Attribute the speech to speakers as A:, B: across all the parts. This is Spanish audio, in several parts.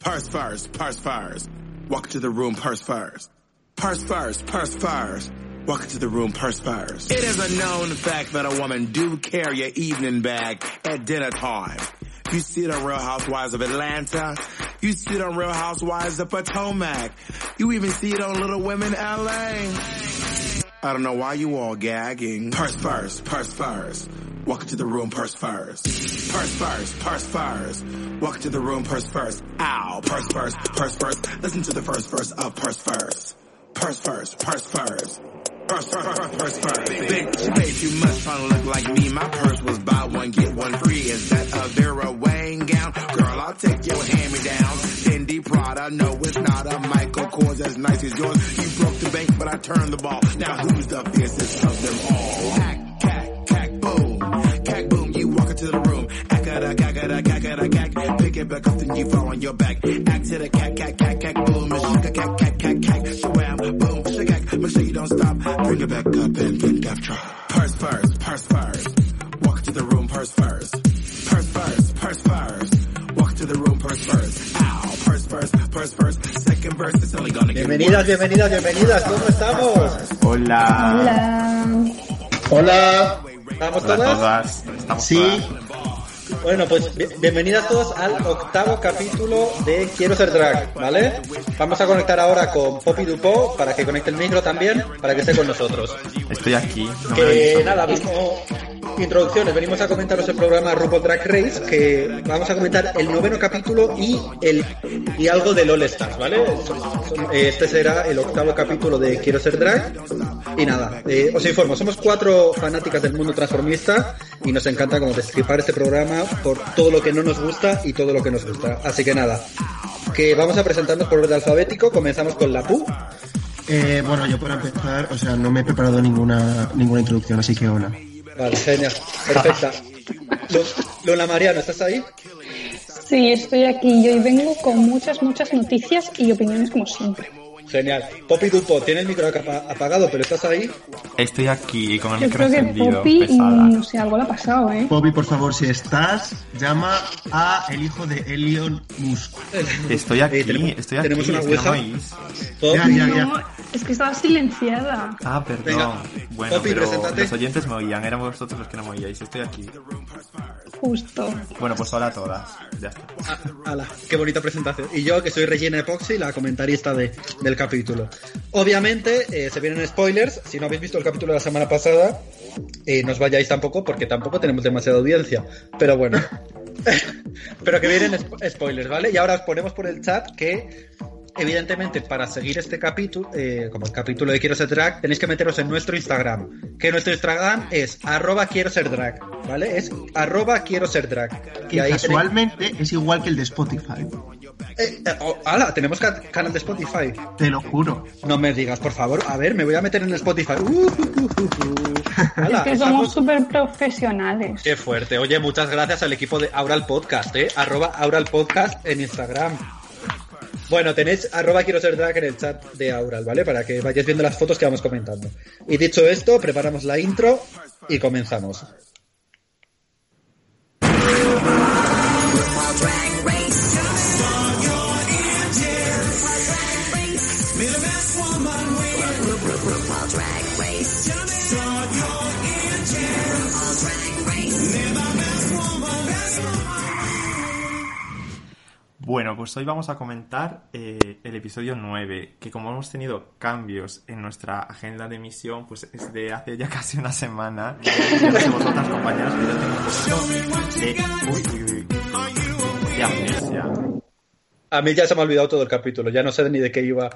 A: Pars fires, pars fires. Walk into the room, pars fires. Pars fires, pars fires. Walk into the room, purse fires. It is a known fact that a woman do carry a evening bag at dinner time. You see it on Real Housewives of Atlanta. You see it on Real Housewives of Potomac. You even see it on Little Women LA. I don't know why you all gagging. Purse fires, purse fires. Walk into the room, purse fires. Purse fires, purse fires. Walk into the room, purse fires. Ow, purse fires, purse fires. Listen to the first verse of purse fires. Purse fires, purse fires. Purse, purse, purse, purse, purse. Bitch, way too much trying to look like me. My purse was buy one, get one free. Is that a Vera Wang gown? Girl, I'll take your hand-me-down. Fendi Prada, no, it's not a Michael Kors as nice as yours. You broke the bank, but I turned the ball. Now who's the fiercest of them all? Hack, cack, cack, boom. Cack, boom, you walk into the room. Ackada, gackada, gackada, gack. Pick it back up, then you fall on your back. Act to the cack, cack, cack, cack, boom. And shaka, cack, cack, cack, cack. Shawam, boom, shakak. Make sure you don't stop. Bring it back up and then death trap. Purse first, purse first. Walk into the room, purse first. Purse first, purse first. Walk to the room, purse first. Ow, purse first, purse first. Second verse, it's only gonna get
B: Bienvenidas, bienvenidas, bienvenidas, ¿cómo estamos?
C: Hola.
D: Hola.
B: Hola, ¿estamos
C: Hola a
B: todas?
C: todas. Estamos
B: Sí.
C: todas.
B: Bueno, pues bien- bienvenidas todos al octavo capítulo de Quiero ser drag, ¿vale? Vamos a conectar ahora con Poppy Dupont para que conecte el micro también, para que esté con nosotros.
C: Estoy aquí. No me
B: Que
C: aviso.
B: Eh, nada, mismo introducciones, venimos a comentaros el programa RuPaul Drag Race, que vamos a comentar el noveno capítulo y el y algo del All Stars, ¿vale? Son- son- Este será el octavo capítulo de Quiero ser drag. Y nada, eh, os informo, somos cuatro fanáticas del mundo transformista y nos encanta como destripar este programa por todo lo que no nos gusta y todo lo que nos gusta. Así que nada, que vamos a presentarnos por orden alfabético, comenzamos con la PU.
E: Eh, bueno, yo para empezar, o sea, no me he preparado ninguna ninguna introducción, así que hola.
B: Vale, genial, perfecta. Lu- Luna Mariano, ¿estás ahí?
D: Sí, estoy aquí. Yo hoy vengo con muchas, muchas noticias y opiniones como siempre.
B: Genial. Poppy Dupo, tiene el micro apa- apagado, pero estás ahí.
C: Estoy aquí con el
D: Yo
C: micro
D: creo que
C: encendido.
D: Poppy,
C: Pesada.
D: mm, no sé, algo le ha pasado, ¿eh?
E: Bobby, por favor, si estás, llama a el hijo de Elion Musk.
C: Estoy aquí.
B: Eh, tenemos-
C: estoy aquí.
B: tenemos una
C: es que no
B: Ouija.
C: me oís.
B: Poppy,
E: Ya, ya,
D: No,
E: ya.
D: es que estaba silenciada.
C: Ah, perdón.
B: Venga.
C: Bueno,
B: Poppy,
C: pero
B: preséntate.
C: los oyentes me oían. Éramos vosotros los que no me oíais. Estoy aquí.
D: Justo.
C: Bueno, pues hola a todas. Ya está.
B: a- ala, qué bonita presentación. Y yo, que soy Regina Epoxy, la comentarista de, del capítulo. Obviamente, eh, se vienen spoilers. Si no habéis visto el capítulo de la semana pasada, eh, no os vayáis tampoco, porque tampoco tenemos demasiada audiencia. Pero bueno. Pero que vienen spo- spoilers, ¿vale? Y ahora os ponemos por el chat que, evidentemente, para seguir este capítulo, eh, como el capítulo de Quiero ser drag, tenéis que meteros en nuestro Instagram. Que nuestro Instagram es arroba quiero ser drag, ¿vale? Es arroba quiero ser drag.
E: Que
B: tenéis-
E: casualmente es igual que el de Spotify,
B: eh, eh, oh, ala, tenemos ca- canal de Spotify.
E: te lo juro.
B: No me digas, por favor. A ver, me voy a meter en Spotify. Uh, uh, uh, uh, uh. Ala,
D: es que
B: estamos-
D: somos súper profesionales.
B: Qué fuerte. Oye, muchas gracias al equipo de Aural Podcast, ¿eh? Arroba Aural Podcast en Instagram. Bueno, tenéis arroba quiero ser drag en el chat de Aural, ¿vale? Para que vayáis viendo las fotos que vamos comentando. Y dicho esto, preparamos la intro y comenzamos.
C: Bueno, pues hoy vamos a comentar eh, el episodio 9, que como hemos tenido cambios en nuestra agenda de emisión, pues es de hace ya casi una semana. Ya no sé vosotras, compañeras, pero yo tengo un poquito de... Uy, uy, uy. De amnesia.
B: A mí ya se me ha olvidado todo el capítulo, ya no sé ni de qué iba.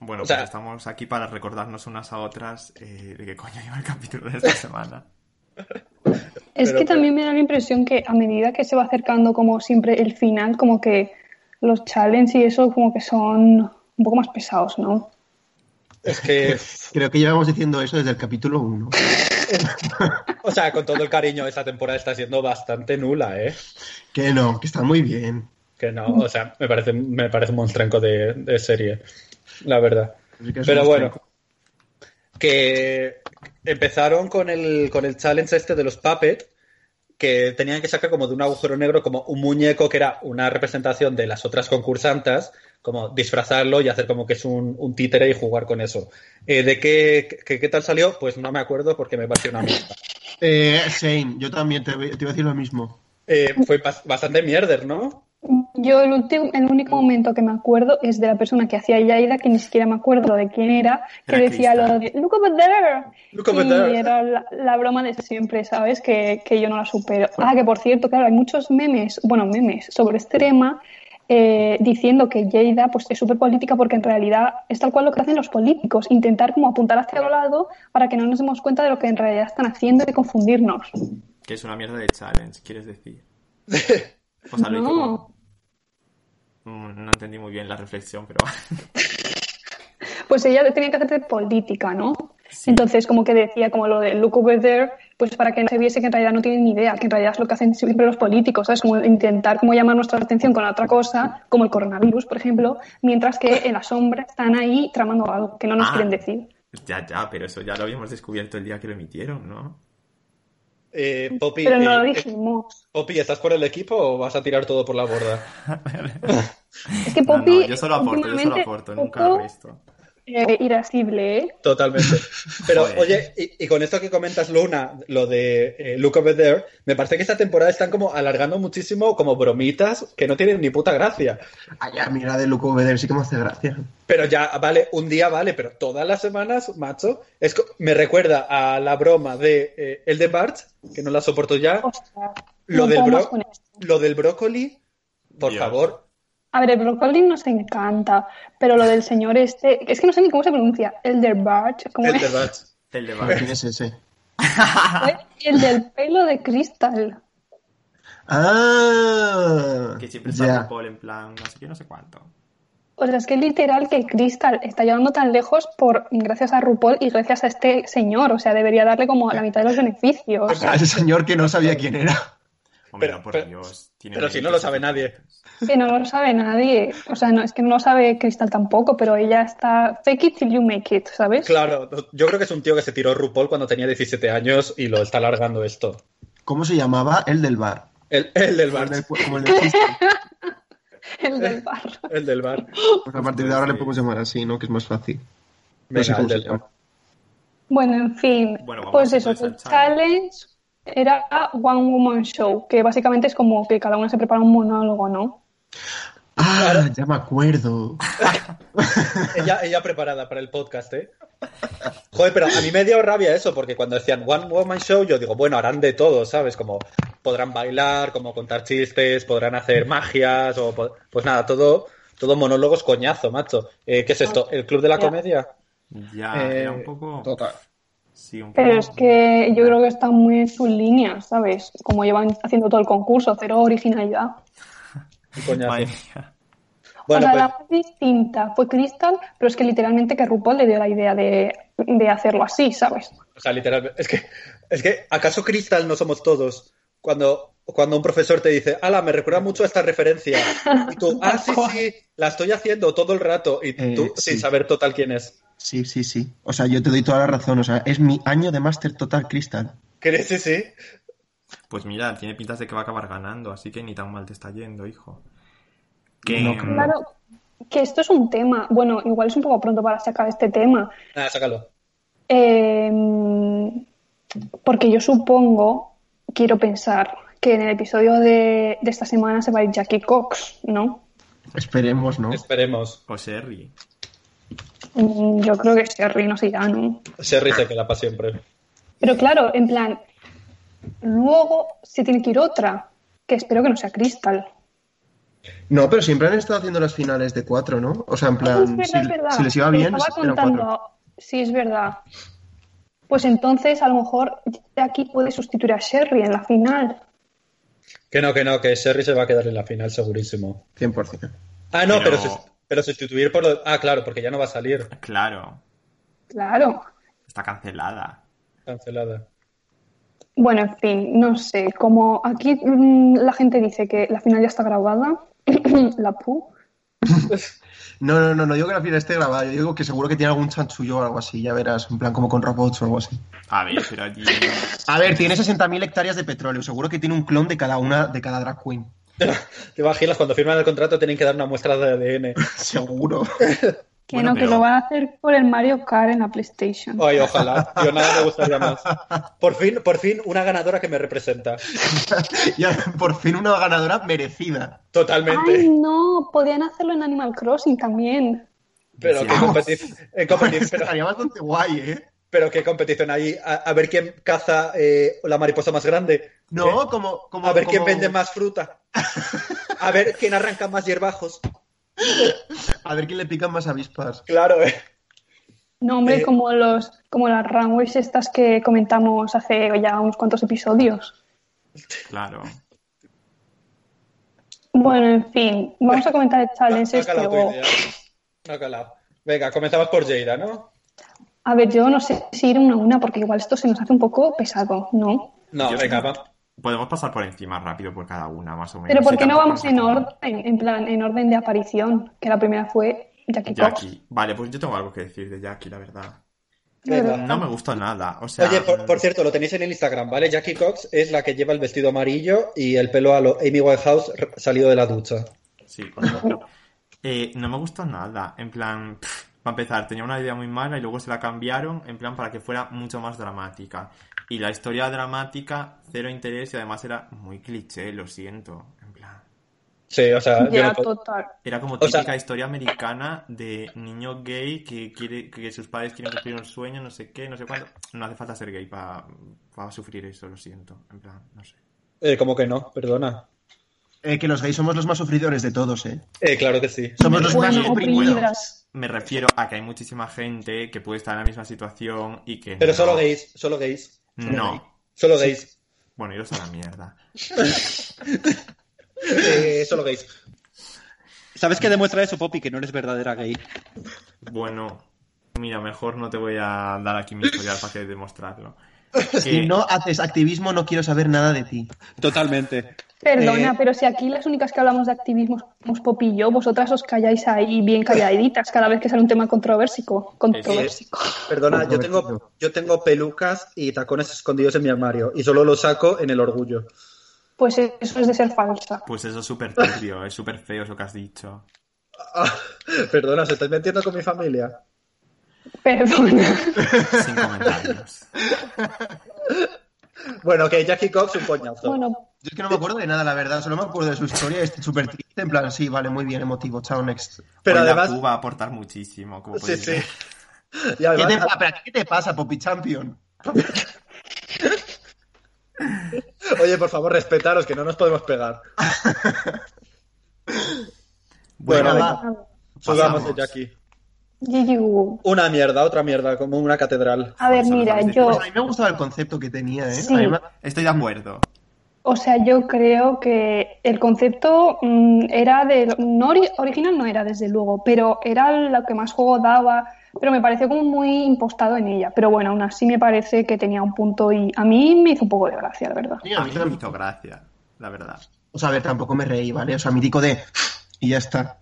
C: Bueno,
B: O sea-
C: pues estamos aquí para recordarnos unas a otras eh, de qué coño iba el capítulo de esta semana.
D: Es
B: Pero-
D: que también me da la impresión que a medida que se va acercando como siempre el final, como que los challenges y eso como que son un poco más pesados, ¿no?
B: Es que,
E: Creo que llevamos diciendo eso desde el capítulo 1.
B: o sea, con todo el cariño, esta temporada está siendo bastante nula, ¿eh?
E: Que no, que está muy bien.
B: Que no, o sea, me parece, me parece un monstrenco de, de serie, la verdad.
E: Así que es
B: Pero
E: un
B: bueno,
E: estreno.
B: que empezaron con el, con el challenge este de los puppet, que tenían que sacar como de un agujero negro como un muñeco que era una representación de las otras concursantas, como disfrazarlo y hacer como que es un, un títere y jugar con eso. Eh, ¿De qué, qué, qué tal salió? Pues no me acuerdo porque me pareció una mierda.
E: Eh, Shane, yo también te, te iba a decir lo mismo.
B: Eh, fue bas- bastante mierder, ¿no?
D: Yo el, último, el único momento que me acuerdo es de la persona que hacía Yaida, que ni siquiera me acuerdo de quién era, que
C: Era
D: decía
C: Krista.
D: lo de Look over there.
B: Look over
D: y
B: there.
D: era la, la broma de siempre, ¿sabes? Que, que yo no la supero. Ah, que por cierto, claro, hay muchos memes, bueno, memes sobre este tema, eh, diciendo que Yaida pues, es súper política porque en realidad es tal cual lo que hacen los políticos, intentar como apuntar hacia el lado para que no nos demos cuenta de lo que en realidad están haciendo y confundirnos.
C: Que es una mierda de challenge, quieres decir. O sea, Pues lo hizo
D: No.
C: como- Mm, No entendí muy bien la reflexión, pero.
D: pues ella tenía que hacer de política, ¿no?
C: Sí.
D: Entonces, como que decía, como lo de look over there, pues para que no se viese que en realidad no tienen ni idea, que en realidad es lo que hacen siempre los políticos, ¿sabes? Como intentar como llamar nuestra atención con otra cosa, como el coronavirus, por ejemplo, mientras que en la sombra están ahí tramando algo que no nos
C: Ah.
D: quieren decir.
C: Ya, ya, pero eso ya lo habíamos descubierto el día que lo emitieron, ¿no?
B: Eh, Poppy,
D: Pero no
B: eh,
D: lo
B: eh,
D: dijimos.
B: Poppy, ¿estás por el equipo o vas a tirar todo por la borda?
D: Es que
C: Ah, No,
D: Poppy.
C: no, yo solo aporto, yo solo
D: últimamente,
C: aporto,
D: un
C: nunca
D: poco,
C: resto.
D: eh, irascible, ¿eh?
B: Totalmente. Pero
C: Joder.
B: oye, y, y con esto que comentas, Luna, lo de eh, Look Over There, me parece que esta temporada están como alargando muchísimo como bromitas que no tienen ni puta gracia.
E: Ay, a mí la de Luke Oveder sí que me hace gracia.
B: Pero ya, vale, un día vale, pero todas las semanas, macho, es co- me recuerda a la broma de eh, el de Bart, que no la soporto ya,
D: Ostras,
B: Lo
D: no
B: del
D: puedo
B: bro-
D: más con esto.
B: lo del brócoli, por
C: Dios.
B: favor.
D: A ver, el brócoli nos encanta, pero lo del señor este, es que no sé ni cómo se pronuncia, el del Barge, ¿cómo
B: El
D: es?
B: de Bart.
C: El de
E: A ver, ¿Quién es ese?
D: Fue el del pelo de cristal.
E: ¡Ah!
C: Que siempre
E: Ya.
C: sale Paul en plan, no sé qué, no sé cuánto.
D: O sea, es que literal que Crystal está llegando tan lejos por gracias a RuPaul y gracias a este señor. O sea, debería darle como la mitad de los beneficios.
E: A ese señor que no sabía quién era.
C: Hombre,
B: Pero-
C: no, por
B: pero-
C: Dios. tiene
B: pero si no
C: méritos
B: lo sabe
C: ese
B: nadie.
C: tipo.
D: Que no lo sabe nadie. O sea, no, es que no lo sabe Crystal tampoco, pero ella está fake it till you make it, ¿sabes?
B: Claro, yo creo que es un tío que se tiró RuPaul cuando tenía 17 años y lo está alargando esto.
E: ¿Cómo se llamaba? El del bar.
B: El, el del
E: Como el
B: Bart.
E: del- como el del chiste.
D: El del bar.
B: El del bar.
E: Pues a partir de ahora le podemos llamar así, ¿no? Que es más fácil. No sé
B: Venga,
E: cómo
B: el
E: se
B: del bar.
E: llama.
D: Bueno, en fin,
C: Bueno, vamos
D: pues eso,
C: entonces al
D: el challenge era One Woman Show, que básicamente es como que cada una se prepara un monólogo, ¿no?
E: Ah, ya me acuerdo.
B: Ella, ella preparada para el podcast, ¿eh? Joder, pero a mí me dio rabia eso, porque cuando decían One Woman Show, yo digo, bueno, harán de todo, ¿sabes? Como podrán bailar, como contar chistes, podrán hacer magias, o po- pues nada, todo, todo monólogos coñazo, macho. Eh, ¿Qué es esto? ¿El club de la
D: Ya.
B: comedia?
C: Ya, era un
B: Eh,
C: poco.
B: Total.
C: Sí, un
D: Pero
C: poco-
D: es que yo creo que está muy en su línea, ¿sabes? Como llevan haciendo todo el concurso, cero originalidad.
B: Un coñazo.
C: Madre mía.
B: Bueno,
D: o sea,
B: pues,
D: la más distinta fue Crystal, pero es que literalmente que RuPaul le dio la idea de, de hacerlo así, ¿sabes?
B: o sea, literalmente, es que, es que, ¿acaso Crystal no somos todos? Cuando, cuando un profesor te dice, ala, me recuerda mucho a esta referencia, y tú, ah, sí, sí, la estoy haciendo todo el rato, y
E: Eh,
B: tú, sin
E: sí.
B: saber total quién es.
E: Sí, sí, sí. O sea, yo te doy toda la razón. O sea, es mi año de Master Total Crystal.
B: Que Sí, sí.
C: Pues mira, tiene pintas de que va a acabar ganando, así que ni tan mal te está yendo, hijo. Que. mm,
E: No creo.
D: Claro, que esto es un tema, bueno, igual es un poco pronto para sacar este tema,
B: Nada, sácalo.
D: Eh, porque yo supongo, quiero pensar, que en el episodio de, de esta semana se va a ir Jackie Cox, ¿no?
E: Esperemos, ¿no?
B: Esperemos.
C: O Sherry.
D: Mm, Yo creo que Sherry no se irá, ¿no?
B: Sherry se queda para siempre.
D: Pero claro, en plan, luego se tiene que ir otra, que espero que no sea Crystal.
E: No, pero siempre han estado haciendo las finales de cuatro, ¿no? O sea, en
D: Ah,
E: plan,
D: es verdad,
E: si,
D: es verdad.
E: si les iba
D: Me
E: bien, pues
D: estaba
E: eran
D: contando-
E: cuatro.
D: Sí, es verdad. Pues entonces a lo mejor aquí puede sustituir a Sherry en la final.
B: Que no, que no, que Sherry se va a quedar en la final segurísimo.
E: 100%.
B: Ah, no, pero,
C: Pero-
B: sus- pero sustituir por... lo- Ah, claro, porque ya no va a salir
C: Claro,
D: Claro.
C: está cancelada.
B: cancelada.
D: Bueno, en fin, no sé. Como aquí mm, la gente dice que la final ya está grabada, la PU.
E: No, no, no, no digo que la final esté grabada, yo digo que seguro que tiene algún chanchullo o algo así, ya verás, en plan como con robots o algo así.
C: A ver, pero allí.
E: A ver, tiene 60.000 hectáreas de petróleo, seguro que tiene un clon de cada una, de cada drag queen.
B: Te imaginas, cuando firman el contrato tienen que dar una muestra de ADN.
E: Seguro.
D: Que
C: Bueno,
D: no,
C: pero-
D: que lo van a hacer por el Mario Kart en la PlayStation.
B: Ay, ojalá. Yo nada me gustaría más. Por fin, por fin, una ganadora que me representa.
E: ya, por fin una ganadora merecida.
B: Totalmente.
D: Ay, no, podían hacerlo en Animal Crossing también.
B: Pero
C: Sí,
B: qué
C: vamos.
B: competición. pero,
E: Estaría bastante guay, ¿eh?
B: pero qué competición ahí. A, a ver quién caza eh, la mariposa más grande.
E: No,
B: ¿Eh?
E: como, como...
B: A ver quién
E: como-
B: vende más fruta. A ver quién arranca más hierbajos.
E: A ver quién le pican más avispas.
B: Claro, eh.
D: No, hombre,
B: Eh,
D: como los, como las runways estas que comentamos hace ya unos cuantos episodios.
C: Claro.
D: Bueno, en fin, vamos a comentar el challenge
B: No ha
D: este
B: calado tu
D: luego.
B: idea. No ha calado. Venga, comenzamos por Jada, ¿no?
D: A ver, yo no sé si ir una a una, porque igual esto se nos hace un poco pesado, ¿no?
B: No,
C: Yo-
B: venga, va.
C: Podemos pasar por encima rápido por cada una, más o menos.
D: Pero ¿por
C: y
D: qué no
C: tampoco
D: vamos
C: nos
D: en
C: hacemos-
D: orden, en plan, en orden de aparición? Que la primera fue Jackie Cox.
C: Jackie. Vale, pues yo tengo algo que decir de Jackie, la verdad.
B: Venga.
C: No me gustó nada. O sea, mm.
B: Oye, por, por cierto, lo tenéis en el Instagram, ¿vale? Jackie Cox es la que lleva el vestido amarillo y el pelo a lo Amy Winehouse r- salido de la ducha.
C: Sí. Eh, no me gustó nada. En plan, pff, para empezar, tenía una idea muy mala y luego se la cambiaron, en plan, para que fuera mucho más dramática. Y la historia dramática, cero interés y además era muy cliché, lo siento. En plan.
B: Sí, o sea, yo
D: Ya,
B: no puedo-
D: total.
C: Era como
B: O sea-
C: típica historia americana de niño gay que quiere que sus padres quieren cumplir un sueño, no sé qué, no sé cuánto. No hace falta ser gay para sufrir eso, lo siento. En plan, no sé.
B: Eh, ¿Cómo que no? Perdona.
E: Eh, que los gays somos los más sufridores de todos, ¿eh?
B: Eh, claro que sí.
E: Somos los
D: Bueno,
E: más oprimidos.
D: oprimidas.
C: Me refiero a que hay muchísima gente que puede estar en la misma situación y que
B: Pero
C: no,
B: solo gays, solo gays,
C: Mm. No.
B: solo gays,
C: Bueno, iros a la mierda.
B: Eh, solo gays. ¿Sabes qué demuestra eso, Poppy? Que no eres verdadera gay.
C: Bueno, mira, mejor no te voy a dar aquí mi historial para que demostrarlo.
E: Si
C: Que-
E: no haces activismo, no quiero saber nada de ti.
B: Totalmente.
D: Perdona,
B: Eh,
D: pero si aquí las únicas que hablamos de activismo somos Pop y yo, vosotras os calláis ahí bien calladitas cada vez que sale un tema
B: Eh,
D: controversico. Controversico.
B: Perdona, yo tengo, yo tengo pelucas y tacones escondidos en mi armario y solo los saco en el orgullo.
D: Pues eso es de ser falsa.
C: Pues eso es súper turbio, es súper feo eso que has dicho.
B: Ah, Perdona, ¿se estáis metiendo con mi familia?
D: Perdona.
C: Sin comentarios.
B: Bueno, que Jackie Cox un coñazo.
D: Bueno,
E: Yo es que no me acuerdo de nada, la verdad. Solo me acuerdo de su historia. Es súper triste. En plan, sí, vale, muy bien, emotivo. Chao, next.
B: Pero
C: Hoy la
B: además-
C: Q va a aportar muchísimo, como
B: Sí,
C: podéis
B: sí.
C: ver.
B: Y
E: ¿Qué
B: además-
E: te, pa- pero ¿qué te pasa, Poppy Champion?
D: Oh.
B: Oye, por favor, respetaros, que no nos podemos pegar.
C: Bueno,
B: Bueno,
E: va.
B: Sudamos de
C: Pasamos.
B: pues Jackie.
D: Gigi Gu.
B: Una mierda, otra mierda, como una catedral.
D: A ver,
C: Eso lo
D: mira,
C: acabas de
D: yo,
E: Pues a mí me gustaba el concepto que tenía, ¿eh?
D: Sí.
E: A mí me-
C: estoy de acuerdo.
D: o sea, yo creo que el concepto mm, era de, no ori- original no era desde luego, pero era lo que más juego daba, pero me pareció como muy impostado en ella. Pero bueno, aún así me parece que tenía un punto y a mí me hizo un poco de gracia, la verdad.
E: Sí, a
C: A
E: mí
C: mí me
E: también.
C: hizo gracia, la verdad.
E: O sea, a ver, tampoco me reí, ¿vale? O sea, mítico de... Y ya está.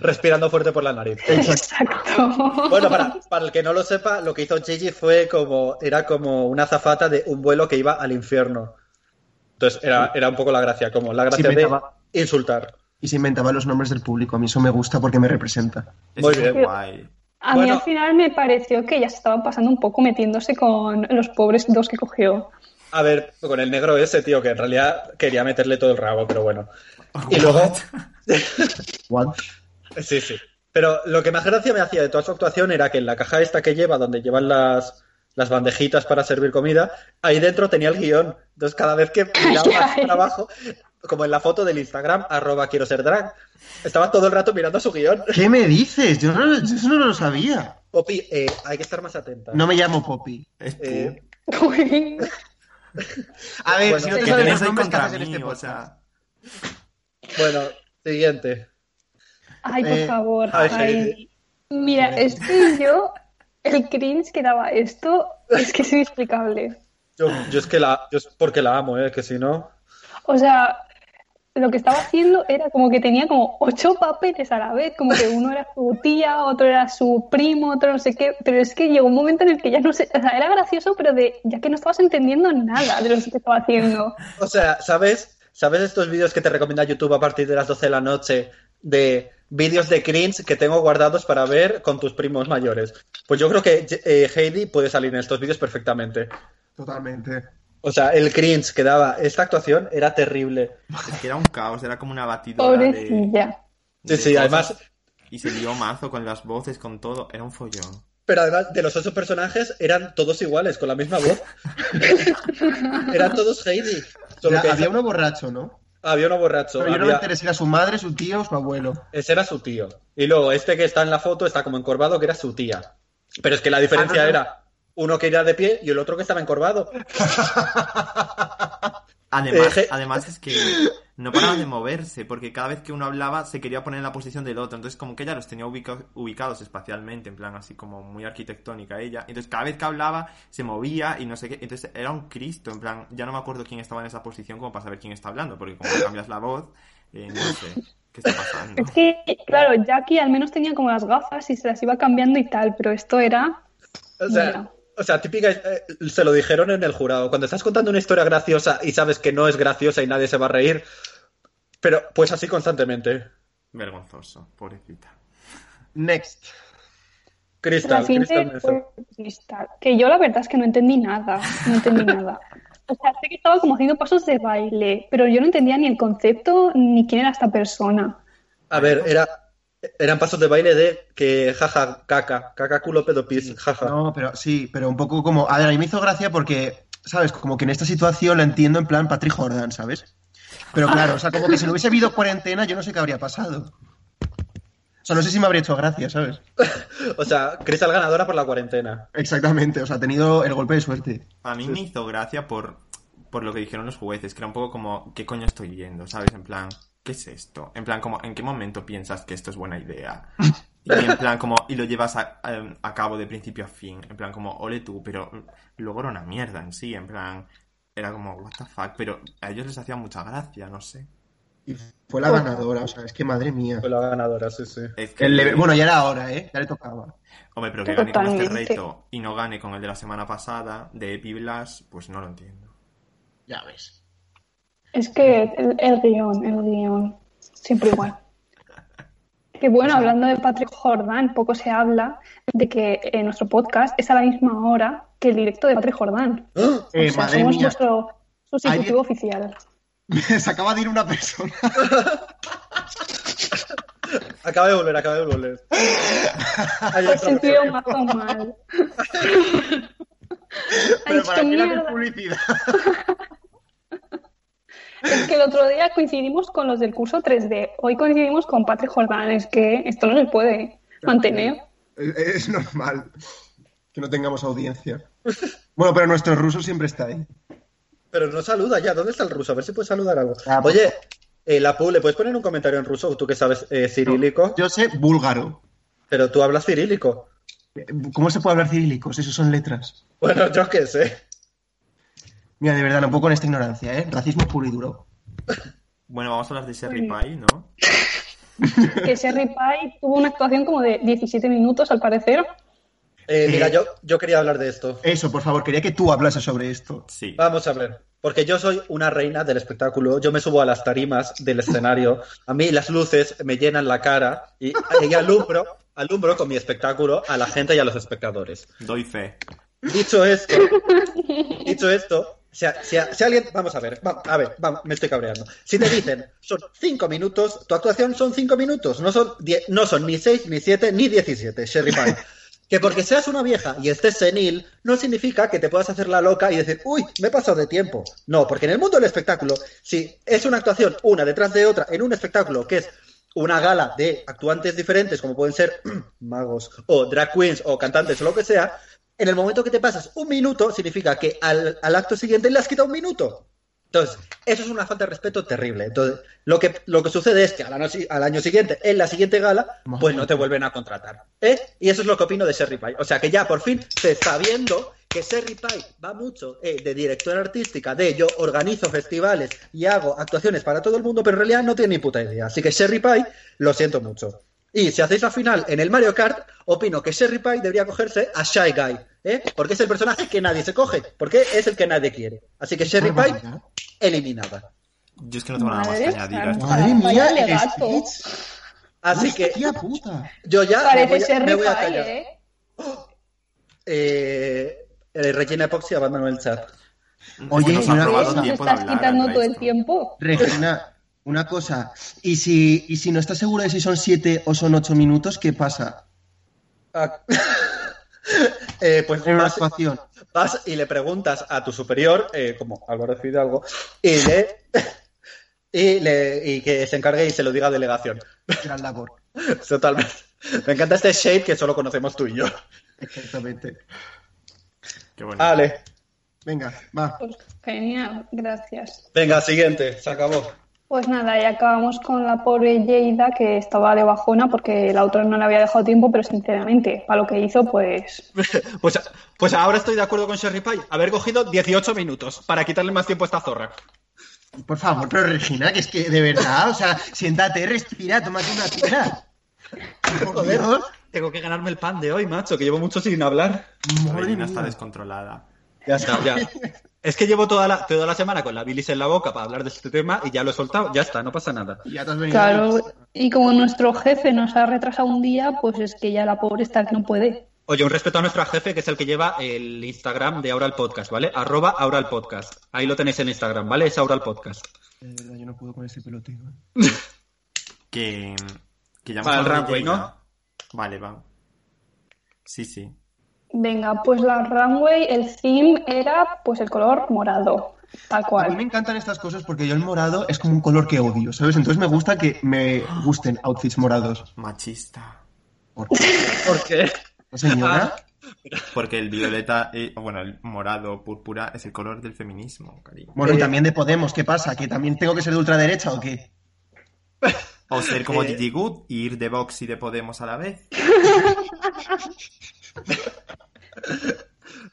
B: Respirando fuerte por la nariz.
D: Exacto.
B: Bueno, para, para el que no lo sepa, lo que hizo Gigi fue como. Era como una zafata de un vuelo que iba al infierno. Entonces, era, era un poco la gracia, como la gracia
E: Sí,
B: de
E: pensaba-
B: insultar.
E: Y se inventaba los nombres del público. A mí eso me gusta porque me representa.
C: Es
B: Muy
C: muy
B: bien.
C: guay.
D: A mí
B: Bueno.
D: al final me pareció que ya se estaban pasando un poco metiéndose con los pobres dos que cogió.
B: A ver, con el negro ese, tío, que en realidad quería meterle todo el rabo, pero bueno. Y luego.
E: What?
B: Sí, sí. Pero lo que más gracia me hacía de toda su actuación era que en la caja esta que lleva, donde llevan las las bandejitas para servir comida, ahí dentro tenía el guión. Entonces, cada vez que miraba
D: Ay.
B: para abajo, como en la foto del Instagram, arroba quiero ser drag, estaba todo el rato mirando su guión.
E: ¿Qué me dices? Yo, no, yo eso no lo sabía.
B: Poppy, eh, hay que estar más atenta.
E: No me llamo Poppy.
C: Es tú.
B: Eh,
D: Uy,
E: A ver,
B: Bueno,
E: si no te
D: que
C: que
E: sabes los
C: tenéis ahí
E: nombres que
C: contra
E: haces en
C: mí,
E: este
C: o
E: podcast.
C: sea...
B: bueno, siguiente.
D: Ay, por
E: Eh,
D: favor.
B: a ver,
D: ay.
B: Heidi.
D: Mira, es que yo, el cringe que daba esto, es que es inexplicable.
B: Yo, yo es que la, yo es porque la amo, eh, que si no.
D: O sea, lo que estaba haciendo era como que tenía como ocho papeles a la vez, como que uno era su tía, otro era su primo, otro no sé qué, pero es que llegó un momento en el que ya no sé, o sea, era gracioso, pero de ya que no estabas entendiendo nada de lo que estaba haciendo.
B: O sea, ¿sabes? ¿Sabes estos vídeos que te recomienda YouTube a partir de las 12 de la noche de vídeos de cringe que tengo guardados para ver con tus primos mayores? Pues yo creo que eh, Heidi puede salir en estos vídeos perfectamente.
E: Totalmente.
B: O sea, el cringe que daba esta actuación era terrible.
C: Es que era un caos, era como una batidora de...
D: Pobrecilla.
B: Sí,
C: de
B: sí,
C: cosas.
B: además,
C: Y se lió mazo con las voces, con todo. Era un follón.
B: pero además de los ocho personajes eran todos iguales, con la misma voz. eran todos Heidi. Solo
E: Ya,
B: que
E: había uno borracho, ¿no?
B: había uno borracho.
E: Pero yo no me
B: había-
E: enteré si era su madre, su tío o su abuelo.
B: Ese era su tío. Y luego este que está en la foto está como encorvado, que era su tía. Pero es que la diferencia
E: Ah, no, no.
B: era uno que era de pie y el otro que estaba encorvado.
C: Además,
B: Eh, je-
C: además es que no paraban de moverse, porque cada vez que uno hablaba se quería poner en la posición del otro. Entonces, como que ella los tenía ubica- ubicados espacialmente, en plan así como muy arquitectónica ella. Entonces, cada vez que hablaba se movía y no sé qué. Entonces, era un Cristo, en plan, ya no me acuerdo quién estaba en esa posición como para saber quién está hablando, porque como cambias la voz, eh, no sé qué está pasando.
D: Es que, claro, Jackie al menos tenía como las gafas y se las iba cambiando y tal, pero esto era...
B: O sea,
D: Mira.
B: o sea típica, eh, se lo dijeron en el jurado. Cuando estás contando una historia graciosa y sabes que no es graciosa y nadie se va a reír, pero pues así constantemente.
C: Vergonzoso, pobrecita.
E: Next.
B: Crystal,
D: la siguiente
B: Crystal Mesa.
D: fue Cristal, que yo la verdad es que no entendí nada, no entendí nada. O sea, sé que estaba como haciendo pasos de baile, pero yo no entendía ni el concepto ni quién era esta persona.
B: A ver, era, eran pasos de baile de que jaja, caca, caca culo pedo pis, jaja.
E: No, pero sí, pero un poco como. A ver, a mí me hizo gracia porque, ¿sabes? Como que en esta situación la entiendo en plan Patrick Jordan, ¿sabes? Pero claro, o sea, como que si no hubiese habido cuarentena, yo no sé qué habría pasado. O sea, no sé si me habría hecho gracia, ¿sabes?
B: O sea, Crystal ganadora por la cuarentena.
E: Exactamente, o sea, ha tenido el golpe de suerte.
C: A mí me hizo gracia por, por lo que dijeron los jueces, que era un poco como, ¿qué coño estoy yendo? ¿Sabes? En plan, ¿qué es esto? En plan, como, ¿en qué momento piensas que esto es buena idea? Y en plan, como, y lo llevas a, a- a cabo de principio a fin. En plan, como, ole tú, pero mm, luego era una mierda en sí. En plan, era como, what the fuck, pero a ellos les hacía mucha gracia, no sé.
E: Y fue la ganadora, o sea, es que madre mía.
B: Fue la ganadora, sí, sí.
C: Es que,
E: El leve- Bueno, ya era hora, ¿eh? Ya le tocaba.
C: hombre, pero que gane con este
D: Totalmente.
C: reto y no gane con el de la semana pasada de Epi Blas, pues no lo entiendo.
E: Ya ves.
D: Es que el, el guión, el guión, siempre igual. Que bueno, hablando de Patrick Jordan, poco se habla de que eh, nuestro podcast es a la misma hora que el directo de Patrick Jordan.
B: ¡Ah!
D: O
E: Eh,
D: sea,
E: madre
D: somos
E: mía.
D: vuestro sustitutivo
E: Alguien-
D: oficial.
E: Se acaba de ir una persona.
B: Acaba de volver, acaba de volver. Ahí
D: Pues
B: está.
D: sentido más o mal. Ay,
E: Pero
D: es, que
E: para mí la
D: mierda.
E: publicidad.
D: es que el otro día coincidimos con los del curso 3D. Hoy coincidimos con Patrick Jordan. Es que esto no se puede mantener.
E: Es normal que no tengamos audiencia. Bueno, pero nuestro ruso siempre está ahí.
B: Pero no saluda ya. ¿Dónde está el ruso? A ver si puede saludar algo.
E: Ah, pues-
B: Oye, eh, Lapu, ¿le puedes poner un comentario en ruso? Tú que sabes eh, cirílico.
E: Yo sé búlgaro.
B: Pero tú hablas cirílico.
E: ¿Cómo se puede hablar cirílicos? Eso son letras.
B: Bueno, yo qué sé.
E: Mira, de verdad, no puedo con esta ignorancia, ¿eh? Racismo puro y duro.
C: Bueno, vamos a hablar de Sherry
D: Bueno.
C: Pie, ¿no?
D: Que Sherry Pie tuvo una actuación como de 17 minutos, al parecer.
B: Eh,
E: Eh.
B: Mira, yo, yo quería hablar de esto.
E: Eso, por favor, quería que tú hablases sobre esto.
C: Sí.
B: Vamos a ver. Porque yo soy una reina del espectáculo. Yo me subo a las tarimas del escenario. A mí las luces me llenan la cara y, y alumbro, alumbro con mi espectáculo a la gente y a los espectadores.
C: Doy fe.
B: Dicho esto, dicho esto, si, a- si a- si alguien, vamos a ver, va- a ver, va- me estoy cabreando. Si te dicen, son cinco minutos, tu actuación son cinco minutos, no son, die- no son ni seis, ni siete, ni diecisiete, Sherry Pie. Que porque seas una vieja y estés senil, no significa que te puedas hacer la loca y decir, uy, me he pasado de tiempo. No, porque en el mundo del espectáculo, si es una actuación una detrás de otra en un espectáculo que es una gala de actuantes diferentes, como pueden ser magos o drag queens o cantantes o lo que sea, en el momento que te pasas un minuto, significa que al, al acto siguiente le has quitado un minuto. Entonces, eso es una falta de respeto terrible. Entonces, lo que, lo que sucede es que a la noche- al año siguiente, en la siguiente gala, pues no te vuelven a contratar. ¿eh? Y eso es lo que opino de Sherry Pie. O sea, que ya por fin se está viendo que Sherry Pie va mucho eh, de directora artística, de yo organizo festivales y hago actuaciones para todo el mundo, pero en realidad no tiene ni puta idea. Así que Sherry Pie, lo siento mucho. Y si hacéis la final en el Mario Kart, opino que Sherry Pie debería cogerse a Shy Guy, ¿eh? porque es el personaje que nadie se coge, porque es el que nadie quiere. Así que Sherry Pie, eliminada.
C: Yo es que no tengo nada más que
D: Madre
C: añadir a esto.
D: santa. Madre mía, el gato.
B: Así que
E: Tía puta.
B: yo ya me
D: Parece
B: voy, a-
D: ser
B: me voy a
D: Ripay,
B: callar.
D: ¿eh?
B: Eh, eh, Regina Epoxy abandonó el chat.
E: Oye,
C: nos
E: y
C: han
E: una
C: robado
E: cosa.
D: Nos
C: tiempo de
D: estás
C: hablar,
D: quitando
C: Andrea,
D: todo el
C: esto.
D: tiempo.
E: Regina, una cosa. ¿Y si, y si no estás seguro de si son siete o son ocho minutos, ¿qué pasa?
B: Ah. Eh, pues
E: En una
B: vas,
E: actuación.
B: vas y le preguntas a tu superior, eh, como Álvaro Fidalgo, y le, y le- y que se encargue y se lo diga a delegación.
E: Gran labor.
B: Totalmente. Me encanta este shade que solo conocemos tú y yo.
E: Exactamente.
C: Qué bonito.
B: Vale.
E: Venga, va.
D: Pues genial, gracias.
B: Venga, siguiente. Se acabó.
D: Pues nada, y acabamos con la pobre Yeida que estaba de bajona porque la otra no le había dejado tiempo, pero sinceramente, para lo que hizo, pues
B: Pues, pues ahora estoy de acuerdo con Sherry Pie. Haber cogido 18 minutos para quitarle más tiempo a esta zorra.
E: Por favor, pero Regina, que es que de verdad, o sea, siéntate, respira, tómate una tira. Por
B: Joder,
E: Dios.
B: tengo que ganarme el pan de hoy, macho, que llevo mucho sin hablar.
E: Madre
C: Regina
E: mía.
C: está descontrolada.
B: Ya está, ya. Es que llevo toda la, toda la semana con la bilis en la boca para hablar de este tema y ya lo he soltado. Ya está, no pasa nada.
E: Ya te has venido.
D: claro. Y como nuestro jefe nos ha retrasado un día, pues es que ya la pobre está que no puede.
B: Oye, un respeto a nuestra jefe, que es el que lleva el Instagram de Aura el Podcast, ¿vale? Arroba Aura el Podcast. Ahí lo tenéis en Instagram, ¿vale? Es Aura el Podcast.
E: De verdad, yo no puedo con ese peloteo. ¿eh?
C: Que, que ya
B: Para el
C: hemos hablado de
B: runway,
C: Lleida.
B: ¿no?
C: Vale, va. Sí, sí.
D: Venga, pues la runway, el theme era pues el color morado, tal
E: A mí me
D: cual.
E: encantan estas cosas porque yo el morado es como un color que odio, ¿sabes? Entonces me gusta que me gusten outfits morados.
C: Machista.
E: Por-
B: ¿Por qué?
E: Señora,
C: Porque el violeta, eh, bueno, el morado, púrpura, es el color del feminismo, cariño.
E: bueno,
B: Eh.
E: y también de Podemos, ¿qué pasa? ¿Que también tengo que ser de ultraderecha o qué?
C: O ser como
B: Eh.
C: Gigi Good y ir de Vox y de Podemos a la vez.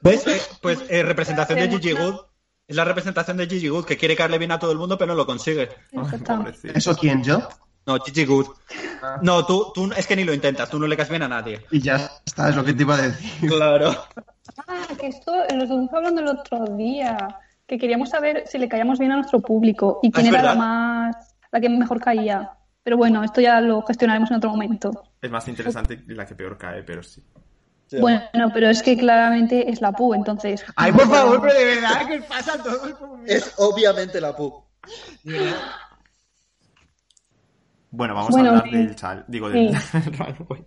B: ¿Ves? Eh, Pues eh, representación de
D: Hacemos
B: Gigi Good. Es la representación de Gigi Good, que quiere caerle bien a todo el mundo, pero no lo consigue.
C: Ay,
D: Exactamente.
C: pobrecito.
E: ¿Eso quién, yo?
B: No, Gigi Good. No, tú, tú es que ni lo intentas, tú no le caes bien a nadie.
E: Y ya está, es lo que te iba a decir.
B: Claro.
D: Ah, que esto lo estuvimos hablando el otro día, que queríamos saber si le caíamos bien a nuestro público y quién
B: Ah, es
D: era la
B: verdad.
D: más, la que mejor caía. Pero bueno, esto ya lo gestionaremos en otro momento.
C: Es más interesante la que peor cae, pero sí.
D: Bueno, pero es que claramente es la PU, entonces.
E: Ay, por favor, pero de verdad, ¿qué os pasa a todos conmigo?
B: Es obviamente la PUC.
C: Bueno, vamos
D: Bueno,
C: a hablar
D: sí.
C: del chal. Digo, del runway.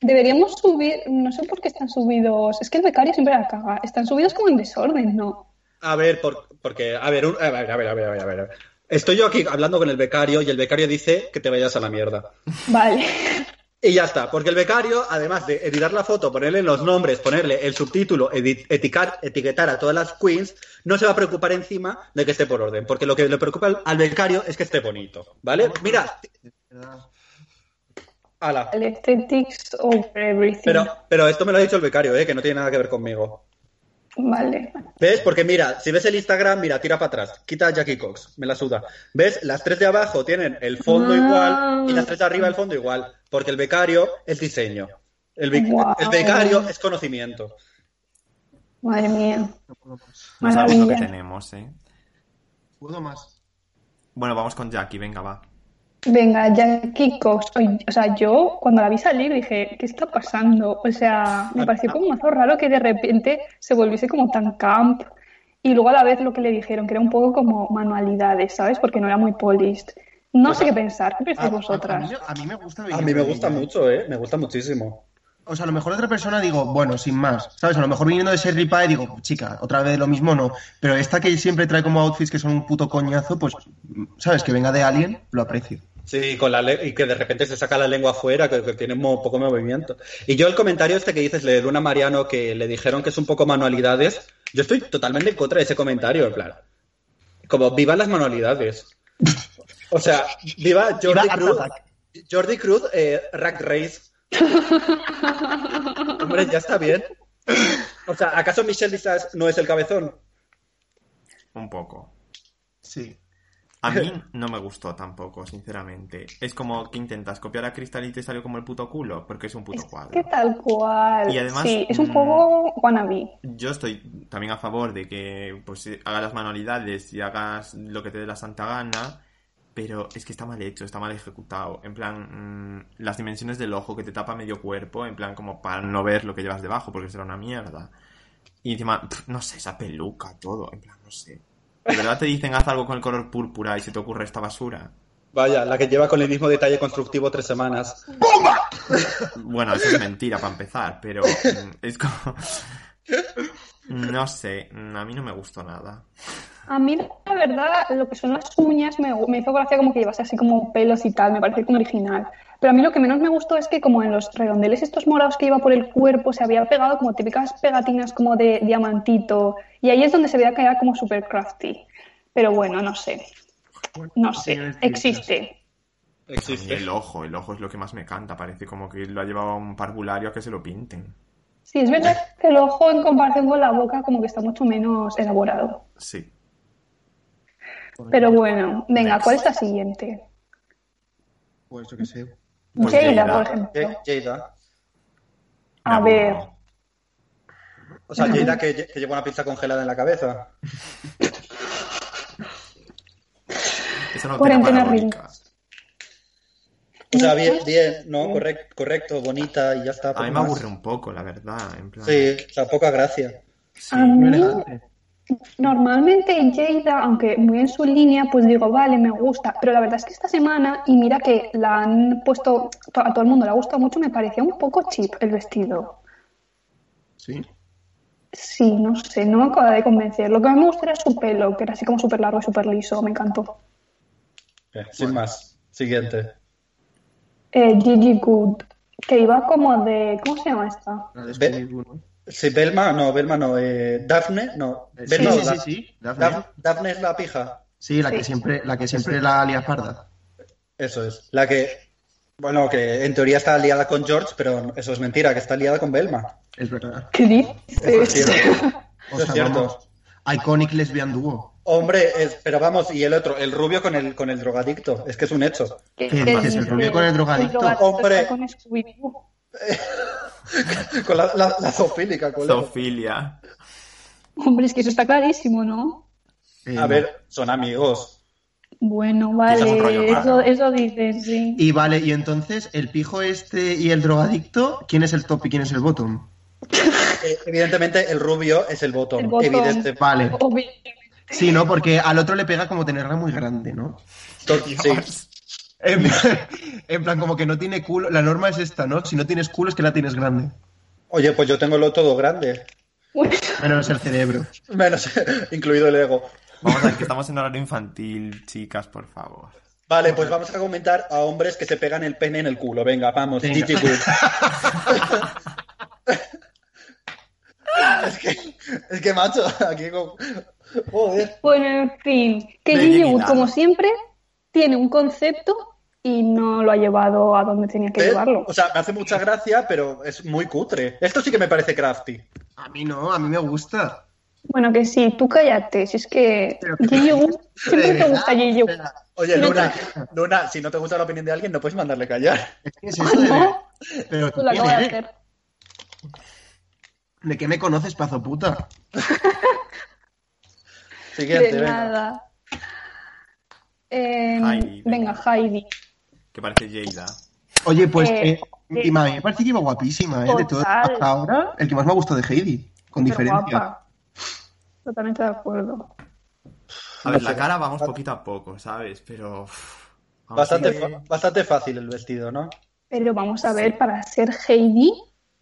D: Deberíamos subir, no sé por qué están subidos, es que el becario siempre la caga, están subidos como en desorden, ¿no?
B: A ver, por- porque, a ver, un- a ver, a ver, a ver, a ver, a ver. Estoy yo aquí hablando con el becario y el becario dice que te vayas a la mierda.
D: Vale.
B: Y ya está, porque el becario, además de editar la foto, ponerle los nombres, ponerle el subtítulo, edi- eticar- etiquetar a todas las queens, no se va a preocupar encima de que esté por orden, porque lo que le preocupa al- al becario es que esté bonito, ¿vale? Mira, ala.
D: El aesthetics over everything.
B: Pero, pero esto me lo ha dicho el becario, ¿eh? que no tiene nada que ver conmigo.
D: Vale.
B: ¿Ves? Porque mira, si ves el Instagram, mira, tira para atrás, quita a Jackie Cox, me la suda. ¿Ves? Las tres de abajo tienen el fondo
D: Ah.
B: igual y las tres de arriba el fondo igual, porque el becario es diseño. El, bec-
D: Guau.
B: el becario es conocimiento.
D: Madre mía.
C: No sabemos lo que
D: Maravilla.
C: tenemos, ¿eh?
E: Puedo más.
C: Bueno, vamos con Jackie, venga, va.
D: Venga, Jackie Cox. Oy- O sea, yo cuando la vi salir dije, ¿qué está pasando? O sea, me pareció como mazo raro que de repente se volviese como tan camp. Y luego a la vez lo que le dijeron, que era un poco como manualidades, ¿sabes? Porque no era muy polished. No sé qué pensar. ¿Qué
C: Ah,
D: pensáis
E: A- a- a
D: vosotras?
E: mí- A, mí me gusta.
B: A mí me gusta mucho, ¿eh? Me gusta muchísimo.
E: O sea, a lo mejor otra persona digo, bueno, sin más. ¿Sabes? A lo mejor viniendo de Sherry Pie digo, chica, otra vez lo mismo no. Pero esta que siempre trae como outfits que son un puto coñazo, pues, ¿sabes? Que venga de Alien, lo aprecio.
B: Sí, con la le- y que de repente se saca la lengua afuera, que, que tiene mo- poco movimiento. Y yo el comentario este que dices de Luna Mariano, que le dijeron que es un poco manualidades, yo estoy totalmente en contra de ese comentario, en plan. Como, viva las manualidades. O sea, viva Jordi
E: Art
B: Cruz.
E: Attack.
B: Jordi Cruz, eh, Rack Race. Hombre, ya está bien. O sea, ¿acaso Michelle Visage no es el cabezón?
C: Un poco.
E: Sí.
C: A mí no me gustó tampoco, sinceramente. Es como que intentas copiar a Crystal y te salió como el puto culo, porque es un puto
D: Es que
C: cuadro.
D: tal cual.
C: Y además,
D: sí, es un
C: mm,
D: poco wannabe.
C: Yo estoy también a favor de que pues, eh, hagas las manualidades y hagas lo que te dé la santa gana, pero es que está mal hecho, está mal ejecutado. En plan, mm, las dimensiones del ojo que te tapa medio cuerpo, en plan como para no ver lo que llevas debajo, porque será una mierda. Y encima, pf, no sé, esa peluca, todo, en plan, no sé. ¿De verdad te dicen haz algo con el color púrpura y se te ocurre esta basura?
B: Vaya, la que lleva con el mismo detalle constructivo tres semanas.
C: Bueno, eso es mentira para empezar, pero mm, es como... No sé, mm, a mí no me gustó nada.
D: A mí, la verdad, lo que son las uñas me, me hizo gracia como que llevase así como pelos y tal, me parece como original. Pero a mí lo que menos me gustó es que como en los redondeles estos morados que lleva por el cuerpo se había pegado como típicas pegatinas como de diamantito. Y ahí es donde se veía que era como super crafty. Pero bueno, no sé. No sé, existe.
C: Y el ojo, el ojo es lo que más me canta. Parece como que lo ha llevado a un parvulario a que se lo pinten.
D: Sí, es verdad que el ojo en comparación con la boca como que está mucho menos elaborado.
C: Sí.
D: Pero bueno, venga,
C: Next.
D: ¿cuál es la siguiente?
E: Pues yo qué sé.
C: Pues
D: Jada,
C: Jada.
D: por ejemplo.
B: Ja- Jada.
C: Me
D: A
C: aburro.
D: ver.
B: O sea, Jada que, lle- que lleva una pizza congelada en la cabeza.
C: Esa no
D: Cuarentena
B: O sea, bien, bien, ¿no? Correcto, correcto bonita y ya está.
C: A mí
B: poco
C: me
B: más.
C: aburre un poco, la verdad. En plan,
B: Sí, o sea, poca gracia.
C: sí.
D: A mí,
E: elegante.
D: normalmente Jada, aunque muy en su línea, pues digo, vale, me gusta. Pero la verdad es que esta semana, y mira que la han puesto, to- a todo el mundo le ha gustado mucho, me parecía un poco cheap el vestido.
E: Sí.
D: Sí, no sé, no me acaba de convencer. Lo que a mí me gustó era su pelo, que era así como súper largo y súper liso, me encantó.
B: Eh, Sin más. Siguiente.
D: Eh, Gigi Good, que iba como de, ¿cómo se llama esta?
E: La
B: Ve-
E: descubrí uno.
B: Sí, Belma, no, Belma no. eh, Daphne, no.
E: Sí,
B: Belma,
E: sí,
B: o
E: sí,
B: Da-
E: sí. Daphne.
B: Daf- Daphne es la pija.
E: Sí, la
D: Sí.
E: que siempre, la que siempre la alias parda.
B: Eso es. La que, bueno, que en teoría está aliada con George, pero eso es mentira, que está aliada con Belma.
E: Es verdad.
D: ¿Qué
B: Es
D: dices?
B: cierto.
E: O
B: Eso es cierto.
E: vamos, Iconic lesbian duo.
B: Hombre, es- pero vamos, y el otro, el rubio con el, con el drogadicto. Es que es un hecho.
D: ¿Qué
E: ¿Qué dices? ¿El rubio con el drogadicto?
B: Hombre.
D: está con Scooby-Doo.
B: Con la, la, la zoofílica, colega.
C: Zoofilia.
D: Hombre, es que eso está clarísimo, ¿no?
E: Eh,
B: A ver, son amigos.
D: Bueno,
C: Quizás un rollo
D: vale,
C: raro.
D: eso, eso dices, sí.
E: Y vale, y entonces el pijo este y el drogadicto, ¿quién es el top y quién es el bottom?
B: Eh, evidentemente, el rubio es el botón.
D: El botón.
B: Evidente.
E: Vale.
D: Obviamente.
E: Sí, ¿no? Porque al otro le pega como tenerla muy grande, ¿no?
B: To- sí.
E: En, en plan, como que no tiene culo. La norma es esta, ¿no? Si no tienes culo es que la tienes grande.
B: Oye, pues yo tengo lo todo grande.
E: Menos el cerebro.
B: Menos, incluido el ego.
C: Vamos a ver, que estamos en horario infantil, chicas, por favor.
B: Vale, pues vamos a comentar a hombres que se pegan el pene en el culo. Venga, vamos, pues.
E: Venga.
B: Gigi Good. es, que, es que, macho, aquí como... Joder.
D: Bueno, en fin, que
C: Me he
D: Gigi Wood,
C: llenado.
D: como siempre, tiene un concepto y no lo ha llevado a donde tenía que
B: ¿Eh?
D: llevarlo.
B: O sea, me hace mucha gracia, pero es muy cutre. Esto sí que me parece crafty.
E: A mí no, a mí me gusta.
D: Bueno, que sí, tú cállate, si es que
E: Pero que-
D: Gigi Wood, siempre te
E: Pero,
D: gusta Gigi Wood.
B: Oye,
D: No,
B: Luna, Luna, si no te gusta la opinión de alguien, no puedes mandarle callar.
E: Es que es eso de...
D: ¿No?
E: Pero
D: Tú
E: tú
D: lo
E: quién
D: acabas de
E: eres?
D: hacer.
E: ¿De qué me conoces, pazo puta?
B: Siguiente,
D: De
B: venga.
D: nada. Eh,
C: Heidi, venga.
D: venga, Heidi.
C: Que parece Jada.
E: Oye, pues
D: Eh,
E: eh, y ma, a mí me parece que iba guapísima, ¿eh? De todo
D: Total.
E: hasta ahora, el que más me ha gustado de Heidi, con
D: Pero
E: diferencia.
D: guapa. Totalmente de acuerdo.
C: A ver, la cara vamos poquito a poco, ¿sabes? Pero... uff, vamos
B: Bastante,
C: a ver.
B: fa- bastante fácil el vestido, ¿no?
D: Pero vamos a ver, para ser Heidi,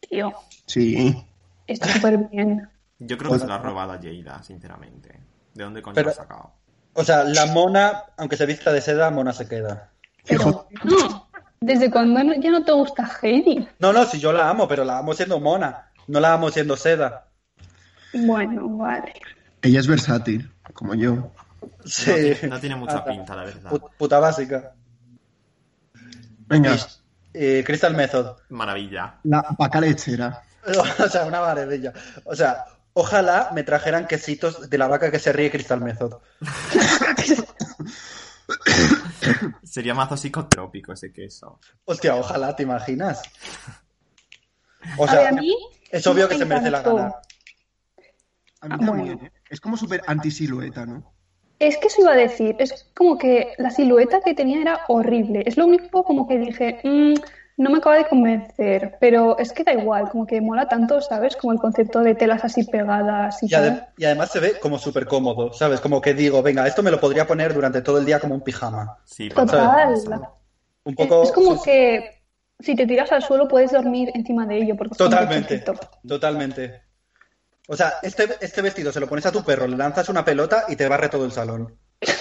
D: tío.
E: Sí.
D: Está súper bien.
C: Yo creo que se lo ha robado a Jada, sinceramente. ¿De dónde coño lo
B: Pero-
C: ha sacado?
B: O sea, la mona, aunque se vista de seda, mona se queda.
E: Fijo.
D: No, ¿desde cuando ya no te gusta Heidi?
B: No, no, si yo la amo, pero la amo siendo mona. No la amo siendo seda.
D: Bueno, vale.
E: Ella es versátil, como yo.
C: No,
B: Sí.
C: tiene- no tiene mucha pinta, la verdad.
B: Pu- Puta básica.
E: Venga,
B: Eh, Crystal Method.
C: Maravilla.
E: la vaca lechera.
B: O sea, una maravilla. O sea, ojalá me trajeran quesitos de la vaca que se ríe Crystal Method.
C: Sería mazo psicotrópico ese queso.
B: Hostia, ojalá, ¿te imaginas? O
D: A ver,
B: sea,
D: a mí
B: es obvio
D: me
B: que se merece la
D: encantó.
B: gana.
E: A mí
D: Ah,
E: también,
D: bueno.
E: ¿eh? Es como súper antisilueta, ¿no?
D: Es que eso iba a decir, es como que la silueta que tenía era horrible. Es lo único como que dije, "Mm, no me acaba de convencer, pero es que da igual, como que mola tanto, ¿sabes? Como el concepto de telas así pegadas y
B: Y, ade-
D: tal.
B: y además se ve como súper cómodo, ¿sabes? Como que digo, venga, esto me lo podría poner durante todo el día como un pijama.
C: Sí,
D: Total.
C: pantalón rosa.
B: Un poco.
D: Es como que si te tiras al suelo puedes dormir encima de ello porque es como
B: Totalmente,
D: chiquito.
B: totalmente. O sea, este, este vestido se lo pones a tu perro, le lanzas una pelota y te barre todo el salón.
E: ¿Qué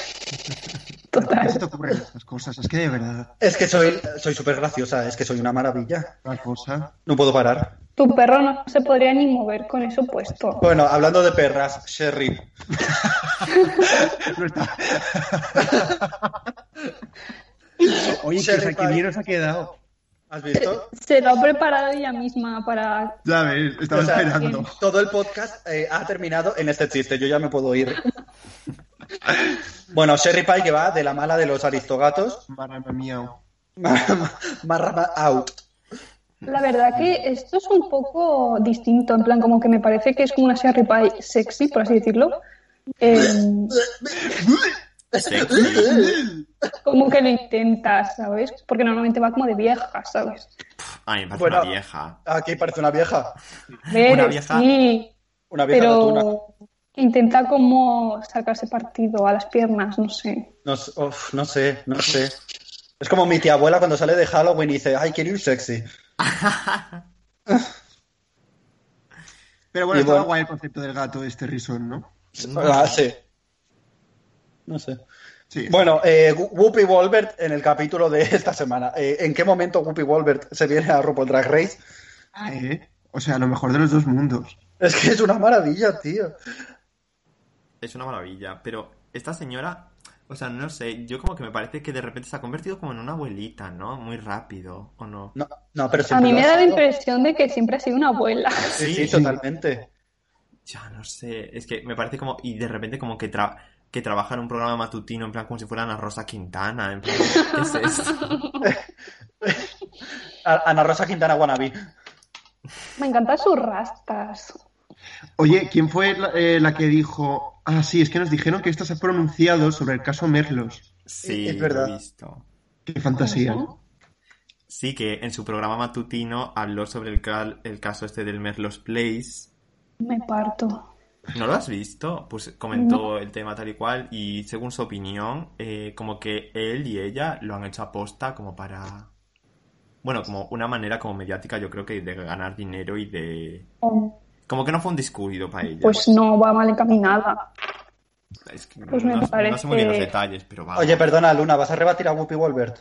E: se
D: Total.
E: te ocurren estas cosas? Es que de verdad,
B: Es que soy soy súper graciosa, es que soy una maravilla.
E: una cosa.
B: No puedo parar.
D: Tu perro no se podría ni mover con eso puesto.
B: Bueno, hablando de perras, Sherry.
E: No está. Oye,
B: Se
E: que Shakira
B: repara.
E: se ha quedado.
B: ¿Has visto?
D: Se lo ha preparado ella misma para...
E: Ya ves, estaba
B: O sea,
E: esperando.
B: Todo el podcast eh, ha terminado en este chiste, yo ya me puedo ir. Bueno, Sherry Pie que va de la mala de los aristogatos.
E: Marama miau.
B: Marrama out.
D: La verdad que esto es un poco distinto, en plan como que me parece que es como una Sherry Pie sexy, por así decirlo. Eh,
C: Sexy.
D: como que lo intentas, ¿sabes? Porque normalmente va como de vieja, ¿sabes?
C: A mí me parece
B: Bueno.
C: una vieja.
B: Aquí parece una vieja.
D: Pero
C: vieja.
D: sí,
B: Una vieja gatuna.
D: pero intenta como sacarse partido a las piernas, no sé.
B: No, s- uf, no sé, no sé. Es como mi tía abuela cuando sale de Halloween y dice, ay, quiero ir sexy.
E: Pero bueno,
B: Y
E: estaba
B: bueno.
E: guay el concepto del gato este risón, ¿no?
B: Ah, sí. No sé.
E: Sí.
B: Bueno, eh, Gu- Whoopi Wolbert en el capítulo de esta semana. Eh, ¿En qué momento Whoopi Wolbert se viene a RuPaul Drag Race?
E: Ah, ¿eh? O sea, lo mejor de los dos mundos.
B: Es que es una maravilla, tío.
C: Es una maravilla. Pero esta señora, o sea, no sé, yo como que me parece que de repente se ha convertido como en una abuelita, ¿no? Muy rápido, ¿o no?
B: No, no, pero
D: A
B: siempre
D: mí me
B: lo ha
D: da la
B: sido.
D: impresión de que siempre ha sido una abuela.
B: Sí, sí, totalmente.
C: Ya, no sé. Es que me parece como. Y de repente, como que, tra- que trabaja en un programa matutino, en plan, como si fuera Ana Rosa Quintana. En plan, ¿qué es esto?
B: A- Ana Rosa Quintana Wannabe.
D: Me encantan sus rastas.
E: Oye, ¿quién fue la, eh, la que dijo? Ah, sí, es que nos dijeron que esto se ha pronunciado sobre el caso Merlos.
C: Sí,
B: Es
C: lo
B: verdad.
C: he visto.
E: Qué fantasía, ¿no?
C: Sí, que en su programa matutino habló sobre el, cal- el caso este del Merlos Place.
D: Me parto.
C: ¿No lo has visto? Pues comentó el tema tal y cual. Y según su opinión, eh, como que él y ella lo han hecho aposta como para. Bueno, como una manera como mediática, yo creo que de ganar dinero y de.
D: Oh,
C: Como que no fue un descuido para ella.
D: Pues no va mal encaminada.
C: Es que
D: Pues me
C: no, no
D: parece-
C: sé muy bien los detalles, pero va.
B: Oye, perdona, Luna, ¿vas a rebatir a Whoopi Wolbert?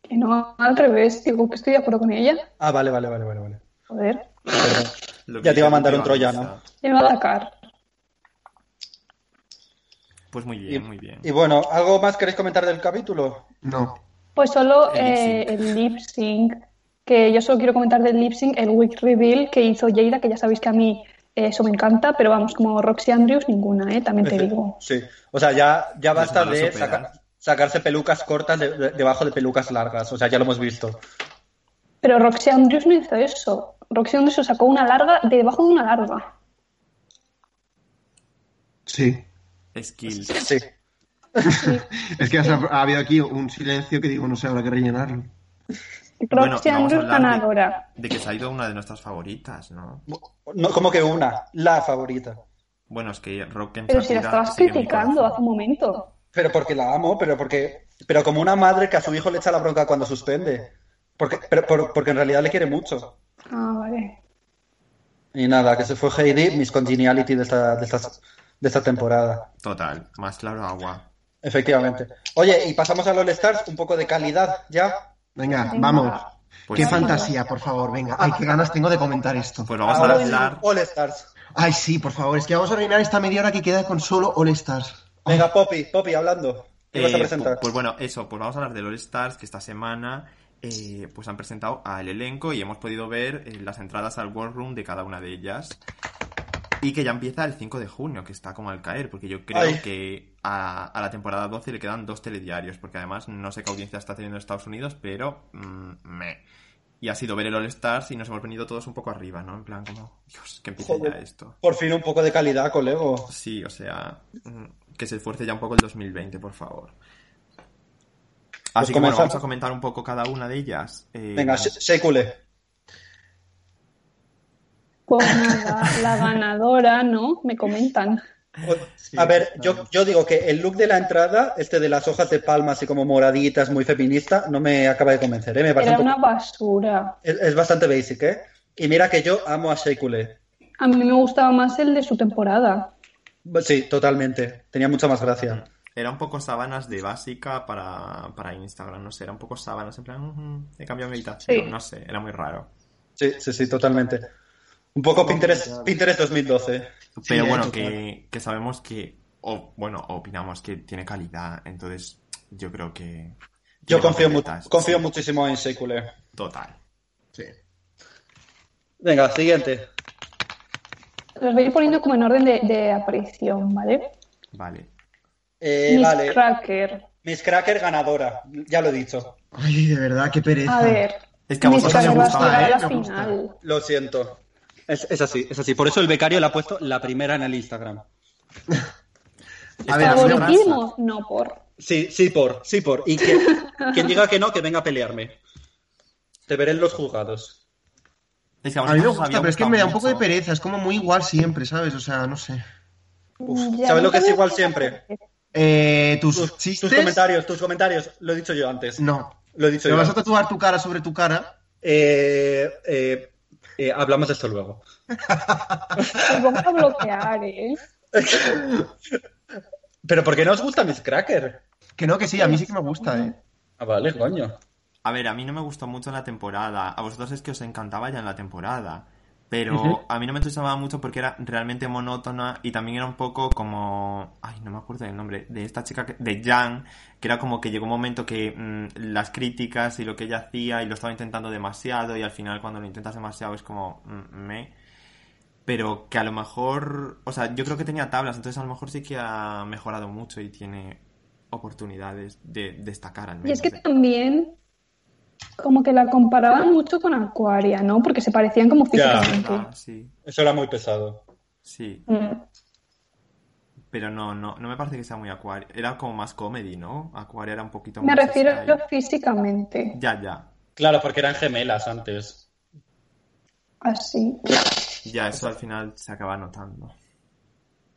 D: Que no, al revés, digo que estoy de acuerdo con ella.
B: Ah, vale, vale, vale, vale. vale.
D: Joder,
B: Perdón.
C: Lo que
B: ya te iba a mandar
C: dice
B: un
C: Julio
B: troyano.
C: Alonso.
D: me va a atacar.
C: Pues muy bien, muy bien.
B: Y bueno, ¿algo más queréis comentar del capítulo?
E: No.
D: Pues solo
C: El lip sync.
D: eh, el lip sync, que yo solo quiero comentar del lip sync, el week reveal que hizo Jada, que ya sabéis que a mí eh, eso me encanta, pero vamos, como Roxy Andrews, ninguna, ¿eh? También te digo.
B: Este, Sí, o sea, ya, ya
C: Pues
B: basta
C: no lo
B: de
C: superas.
B: saca- sacarse pelucas cortas de- de- debajo de pelucas largas, o sea, ya lo hemos visto.
D: Pero Roxy Andrews no hizo eso. Roxy Andrews se sacó una larga de debajo de una larga.
E: Sí.
C: Skills.
B: Sí.
E: Es que has- ha habido aquí un silencio que digo, no sé, habrá que rellenarlo.
C: Bueno, vamos
D: Roxy
C: a
D: Andrews
C: hablar de-
D: ganadora.
C: De que se ha ido una de nuestras favoritas, ¿no?
B: No, como que una, la favorita.
C: Bueno, es que Rock en
D: Pero si la
C: Sátira
D: estabas
C: sigue en mi
D: criticando hace
C: corazón.
D: un momento.
B: Pero porque la amo, pero porque. Pero como una madre que a su hijo le echa la bronca cuando suspende. Porque, pero, por- porque en realidad le quiere mucho.
D: Ah, vale.
B: Y nada, que se fue Heidi, mis congeniality de esta, de estas- de esta temporada.
C: Total, más claro agua.
B: Efectivamente. Oye, y pasamos a los Stars, un poco de calidad ya.
E: Venga,
D: Venga.
E: vamos.
C: Pues
E: Qué
C: sí.
E: fantasía, por favor, venga. Ay, qué ganas tengo de comentar esto.
C: Pues vamos
B: Ahora
C: a
B: sí,
C: hablar.
B: All Stars.
E: Ay, sí, por favor, es que vamos a rellenar esta media hora que queda con solo All Stars.
B: Venga, Poppy, Poppy, hablando. ¿Qué vas a
C: eh,
B: presentar?
C: pu- pues bueno, eso, pues vamos a hablar de All Stars, que esta semana eh, pues han presentado al elenco y hemos podido ver eh, las entradas al War Room de cada una de ellas. Y que ya empieza el 5 de junio, que está como al caer, porque yo creo
B: Ay.
C: que a, a la temporada 12 le quedan dos telediarios, porque además no sé qué audiencia está teniendo en Estados Unidos, pero mm, me. Y ha sido ver el All Stars y nos hemos venido todos un poco arriba, ¿no? En plan, como, Dios, que empiece ya
B: Joder.
C: esto.
B: Por fin un poco de calidad, colego.
C: Sí, o sea, mm, que se esfuerce ya un poco el 2020, por favor. Así que bueno,
B: comenzamos.
C: vamos a comentar un poco cada una de ellas. Eh,
B: Pues Venga, sh- Shekule.
D: Pues nada, la ganadora, ¿no? Me comentan.
B: O- A ver, yo, yo digo que el look de la entrada, este de las hojas de palma así como moraditas, muy feminista, no me acaba de convencer, ¿eh? Me parece
D: Era
B: un
D: una
B: poco-
D: basura.
B: es, es bastante basic, ¿eh? Y mira que yo amo a Shekule.
D: A mí me gustaba más el de su temporada.
B: Sí, totalmente. Tenía mucha más gracia.
C: Era un poco sábanas de básica para, para Instagram, no sé, era un poco sábanas, en plan, "Ujú, he cambiado mi habitación,
D: Sí.
C: no sé, era muy raro.
B: Sí, sí, sí, totalmente. Un poco Pinterest, Pinterest 2012.
C: Pero
E: Sí,
C: bueno,
E: total.
C: que, que sabemos que, o bueno, opinamos que tiene calidad, entonces yo creo que...
B: Yo
C: tiene
B: confío, mu-
C: papeletas.
B: confío
C: Sí,
B: muchísimo en Shekule.
C: Total.
E: Sí.
B: Venga, siguiente.
D: Los voy a ir poniendo como en orden de, de aparición, ¿vale?
C: Vale.
B: Eh,
D: Miss
B: vale,
D: Cracker.
B: Miss Cracker ganadora, ya lo he dicho.
E: Ay, de verdad, qué pereza.
D: A ver.
C: Es que a
D: Miss
C: vosotros os
D: Cracker va a
C: gustaba,
D: llegar
C: ¿eh?
D: a la
E: Me gusta.
D: final.
B: Lo siento. Es, es así, es así. Por eso el becario la ha puesto la primera en el Instagram.
E: A ver, a mí me
D: ¿Favoritismo? No, por.
B: Sí, sí, por, sí, por. Y que, quien diga que no, que venga a pelearme. Te veré en los juzgados.
C: Es que a
E: A mí
C: vosotros
E: me
C: os
E: gusta,
C: había
E: pero es que me da un
C: gustado
E: poco de
C: mucho.
E: pereza. Es como muy igual siempre, ¿sabes? O sea, no sé.
B: Uf,
D: Ya,
B: ¿sabes lo que es
D: no
B: igual
D: sé.
B: siempre?
E: Eh, tus,
B: Tus, tus
E: chistes.
B: comentarios, tus comentarios. Lo he dicho yo antes.
E: No.
B: Lo he dicho
E: Te
B: yo.
E: vas a tatuar tu cara sobre tu cara.
B: Eh, eh, eh, hablamos de esto luego.
D: Os vamos a bloquear, ¿eh?
B: Pero ¿por qué no os gusta Miss Cracker?
E: Que no, que sí, a mí sí que me gusta, ¿eh?
B: Ah, vale, coño.
C: A ver, a mí no me gustó mucho en la temporada. A vosotros es que os encantaba ya en la temporada. Pero
B: Ujú.
C: a mí no me entusiasmaba mucho porque era realmente monótona y también era un poco como... Ay, no me acuerdo del nombre. De esta chica, que- de Jan, que era como que llegó un momento que mm, las críticas y lo que ella hacía y lo estaba intentando demasiado y al final cuando lo intentas demasiado es como... mm, me... Pero que a lo mejor... O sea, yo creo que tenía tablas, entonces a lo mejor sí que ha mejorado mucho y tiene oportunidades de destacar al menos.
D: Y es que
C: de-
D: también, como que la comparaban mucho con Aquaria, ¿no? Porque se parecían como
B: Ya.
D: físicamente.
C: Ah, sí.
B: Eso era muy pesado.
C: Sí,
D: Mm.
C: pero no, no, no me parece que sea muy Acuario. Era como más comedy, ¿no? Acuario era un poquito
D: Me
C: más.
D: refiero
C: style.
D: a físicamente.
C: Ya, ya.
B: Claro, porque eran gemelas antes.
D: Así.
C: Ya, eso al final se acaba notando.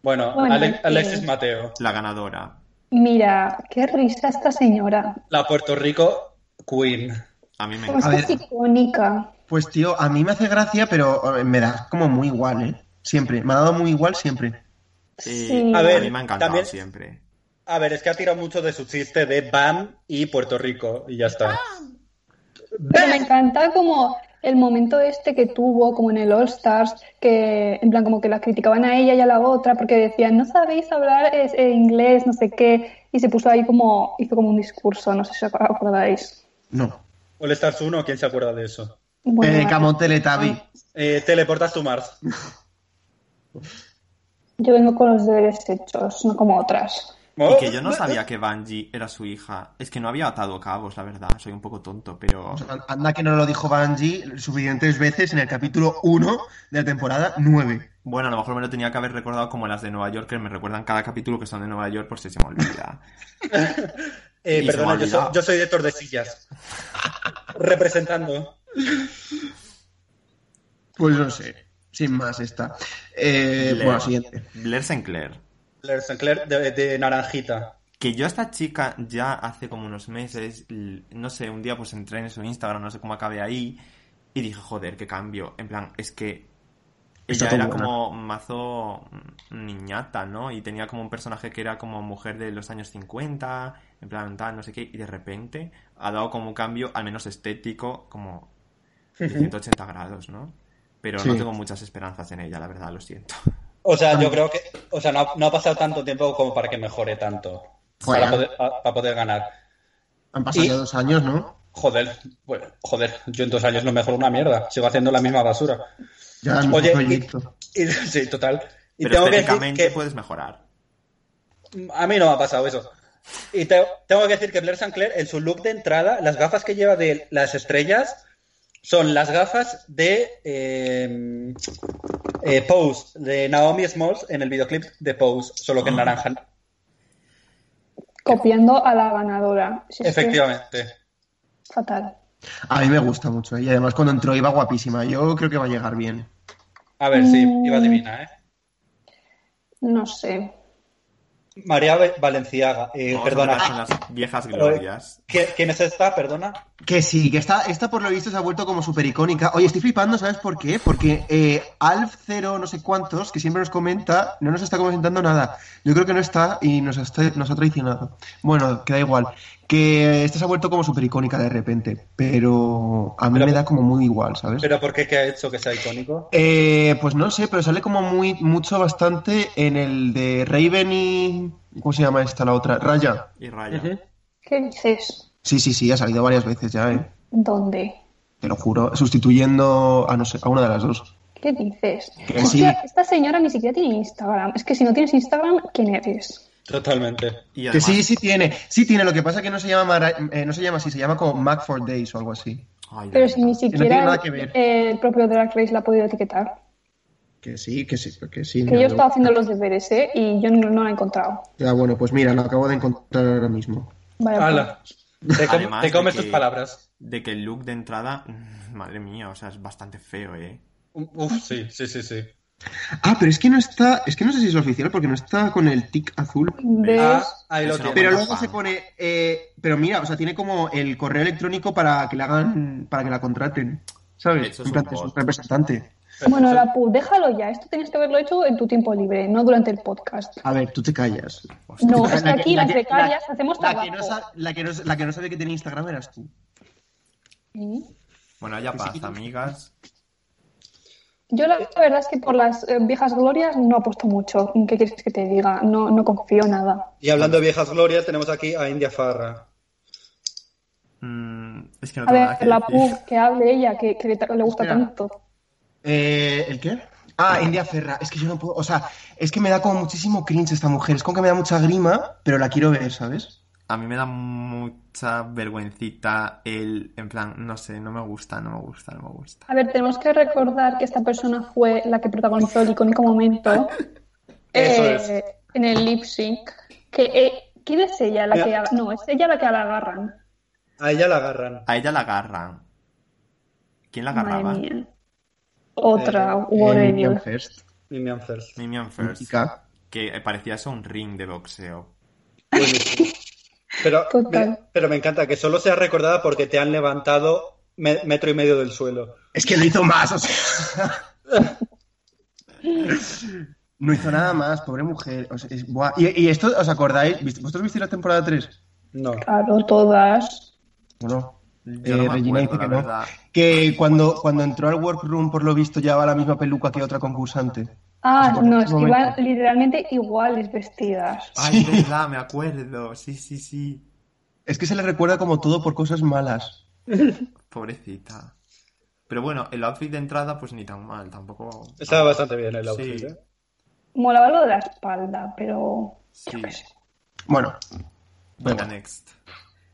B: Bueno,
D: Bueno,
B: Ale-
D: sí.
B: Alexis Mateo.
C: La ganadora.
D: Mira, qué risa esta señora.
B: La Puerto Rico Queen.
C: A mí me
D: Como es
C: encanta.
D: que
E: ver.
D: es icónica.
E: Pues tío, a mí me hace gracia, pero eh, me da como muy igual, ¿eh? Siempre. Me ha dado muy igual siempre.
C: Eh,
D: sí.
C: a,
D: A
B: ver,
C: mí me ha encantado
B: también-
C: siempre.
B: A ver, es que ha tirado mucho de su chiste de BAM y Puerto Rico y ya está.
D: Pero me encanta como el momento este que tuvo, como en el All Stars, que en plan como que la criticaban a ella y a la otra porque decían, no sabéis hablar es- eh, inglés, no sé qué, y se puso ahí como, hizo como un discurso, no sé si os acordáis.
E: No.
B: All Stars 1, ¿quién se acuerda de eso?
D: Bueno,
E: Eh,
D: vale.
E: Camón Teletabi.
B: Eh, teleportas tu Mars.
D: yo vengo con los deberes hechos, no como otras.
C: Y que yo ¿Oh? no
B: Eh,
C: sabía que Bungie era su hija. Es que no había atado cabos, la verdad. Soy un poco tonto, pero.
E: Anda que no lo dijo Bungie suficientes veces en el capítulo 1 de la temporada 9.
C: Bueno, a lo mejor me lo tenía que haber recordado como las de Nueva York, que me recuerdan cada capítulo que son de Nueva York por si se me olvida.
B: Eh,
C: Y se
B: perdona,
C: me ha
B: yo, so-
C: olvidado.
B: yo soy de Tordesillas. Representando.
E: Pues no sé. Sin más esta. Eh,
C: Blair.
E: bueno, siguiente.
C: Blair Sinclair.
B: Blair Sinclair de, de Naranjita.
C: Que yo a esta chica ya hace como unos meses, l- no sé, un día pues entré en su Instagram, no sé cómo acabé ahí, Y dije, joder, qué cambio. En plan, es que
E: Está
C: ella
E: todo
C: era
E: buena.
C: como mazo mm, niñata, ¿no? Y tenía como un personaje que era como mujer de los años 50, en plan tal, no sé qué, y de repente ha dado como un cambio, al menos estético, como de 180 grados, ¿no? Pero no
E: Sí.
C: tengo muchas esperanzas en ella, la verdad, lo siento.
B: O sea, yo creo que. O sea, no ha, no ha pasado tanto tiempo como para que mejore tanto.
E: Joder.
B: Para poder, a- para poder ganar.
E: Han pasado
B: Y-
E: ya dos años, ¿no?
B: Joder, bueno, joder, yo en dos años no mejoro una mierda. Sigo haciendo la misma basura.
E: Ya el mismo
B: Oye, y-
E: proyecto.
B: Y- sí, total. Y
C: Pero
B: tengo que decir
C: estéticamente
B: que
C: puedes mejorar.
B: a mí no me ha pasado eso. Y te- tengo que decir que Blair Sinclair, en su look de entrada, las gafas que lleva de las estrellas son las gafas de eh, eh, Pose, de Naomi Smalls en el videoclip de Pose, solo
C: Ah.
B: que en naranja.
D: Copiando a la ganadora. Si es que
B: Efectivamente.
D: es fatal.
E: A mí me gusta mucho. ¿eh? Y además cuando entró iba guapísima. Yo creo que va a llegar bien.
B: A ver, sí,
D: Mm.
B: iba divina, ¿eh?
D: No sé.
B: María Ve- Valenciaga, eh,
C: Vamos a
B: perdona. eh,
C: empezar con las viejas glorias.
B: ¿Qui- ¿Quién es esta? Perdona.
E: Que sí, que esta, esta por lo visto se ha vuelto como súper icónica. Oye, estoy flipando, ¿sabes por qué? Porque eh, Alf Cero no sé cuántos, que siempre nos comenta, no nos está comentando nada. Yo creo que no está y nos, está- nos ha traicionado. Bueno, que da igual. Que esta se ha vuelto como súper icónica de repente, pero a mí
B: Pero-
E: me da como muy igual, ¿sabes?
B: ¿Pero por qué? ¿Qué ha hecho que sea icónico?
E: Eh, pues no sé, pero sale como muy mucho bastante en el de Raven y... ¿Cómo se llama esta la otra? Raya.
C: Y raya.
B: Ujú.
D: ¿Qué dices?
E: Sí, sí, sí, ha salido varias veces ya, ¿eh?
D: ¿Dónde?
E: Te lo juro, sustituyendo a no sé, a una de las dos.
D: ¿Qué dices?
E: Que
D: Es
E: sí.
D: que esta señora ni siquiera tiene Instagram. Es que si no tienes Instagram, ¿quién eres?
B: Totalmente.
C: Y
E: Que
C: además,
E: sí, sí tiene, sí tiene, lo que pasa que no se llama Mara- eh, no se llama así, se llama como Mac for Days o algo así.
C: Ay, la
D: Pero
C: verdad.
D: si ni
E: tiene
D: siquiera
E: nada que ver.
D: eh, el propio Drag Race la ha podido etiquetar.
E: Que sí, que sí, que sí.
D: Que
E: mira,
D: yo
E: lo-
D: estaba haciendo los deberes, ¿eh? Y yo no, no la he encontrado.
E: Ya, bueno, pues mira, lo acabo de encontrar ahora mismo.
D: Vale, pues,
B: Hala. Te, com-
C: Además
B: te comes
C: de que-
B: tus palabras.
C: de que el look de entrada, mm, madre mía, o sea, es bastante feo, ¿eh?
B: Uf, sí, sí, sí, sí.
E: Ah, pero es que no está, es que no sé si es oficial porque no está con el tic azul.
D: pues, ¿ves?
B: Ah, ahí lo
C: Eso no
B: tienes.
E: Pero
C: Bueno,
E: luego
C: fan.
E: se pone, eh, pero mira, o sea, tiene como el correo electrónico para que la hagan, para que la contraten, ¿sabes?
C: Eso es
E: en plan,
C: un
E: es un
C: bot.
E: representante.
D: Bueno, la pu, déjalo ya. Esto tienes que haberlo hecho en tu tiempo libre, no durante el podcast.
E: A ver, tú te callas.
D: No,
E: La
D: es que
E: que-
D: aquí
E: la
D: las
E: que-
D: becarias hacemos
E: La
D: trabajo.
E: que, no sa- la, que no, la que no sabía que tenía Instagram eras tú.
D: ¿Mm?
C: Bueno, ya paz, amigas.
D: Yo la verdad es que por las eh, viejas glorias no apuesto mucho. ¿Qué quieres que te diga? No, no confío nada.
B: Y hablando de viejas glorias, tenemos aquí a India Farra.
C: Mm, es que no
D: A
C: tengo nada
D: ver,
C: que
D: la
C: decir.
D: pu, que hable ella, que, que le, le gusta
E: Espera.
D: tanto.
E: Eh, ¿El qué? Ah, India Ferra. Es que yo no puedo. O sea, es que me da como muchísimo cringe esta mujer. Es como que me da mucha grima, pero la quiero ver, ¿sabes?
C: A mí me da mucha vergüencita el, en plan, no sé, no me gusta, no me gusta, no me gusta.
D: A ver, tenemos que recordar que esta persona fue la que protagonizó el icónico momento
B: Eso
D: eh,
B: es.
D: en el lip sync. Que, eh, ¿Quién es ella la
B: Ya.
D: que aga- no es ella la que la agarran?
B: A ella la agarran.
C: A ella la agarran. ¿Quién la agarraba?
D: Madre mía. Otra,
B: Eh,
D: hubo de
E: Eh,
D: Dios.
E: Miriam First.
B: Mimian First.
C: Minion First.
E: Mítica.
C: Que parecía eso un ring de boxeo.
B: Buenísimo. Pero
D: Total.
B: me, pero me encanta que solo sea recordada porque te han levantado me- metro y medio del suelo.
E: Es que no hizo más, o sea. No hizo nada más, pobre mujer. O sea, es- buah. Y, y esto, ¿os acordáis? ¿Viste- ¿Vosotros visteis la temporada 3?
B: No.
D: Claro, todas.
E: Bueno,
C: Yo no me
E: Eh, Regina
C: acuerdo,
E: dice que
C: la
E: no.
C: verdad.
E: Que cuando, cuando entró al workroom, por lo visto, llevaba la misma peluca que otra concursante.
D: Ah,
E: Pues por
D: no,
E: este
D: es que iban
E: momento.
D: literalmente iguales vestidas.
C: Ay, verdad, me acuerdo. Sí, sí, sí.
E: Es que se le recuerda como todo por cosas malas.
C: Pobrecita. Pero bueno, el outfit de entrada, pues ni tan mal, tampoco.
B: Estaba bastante bien el
C: Sí.
B: outfit. ¿eh?
D: Molaba lo de la espalda, pero
C: Sí.
E: Bueno,
C: Venga,
E: Venga.
C: next.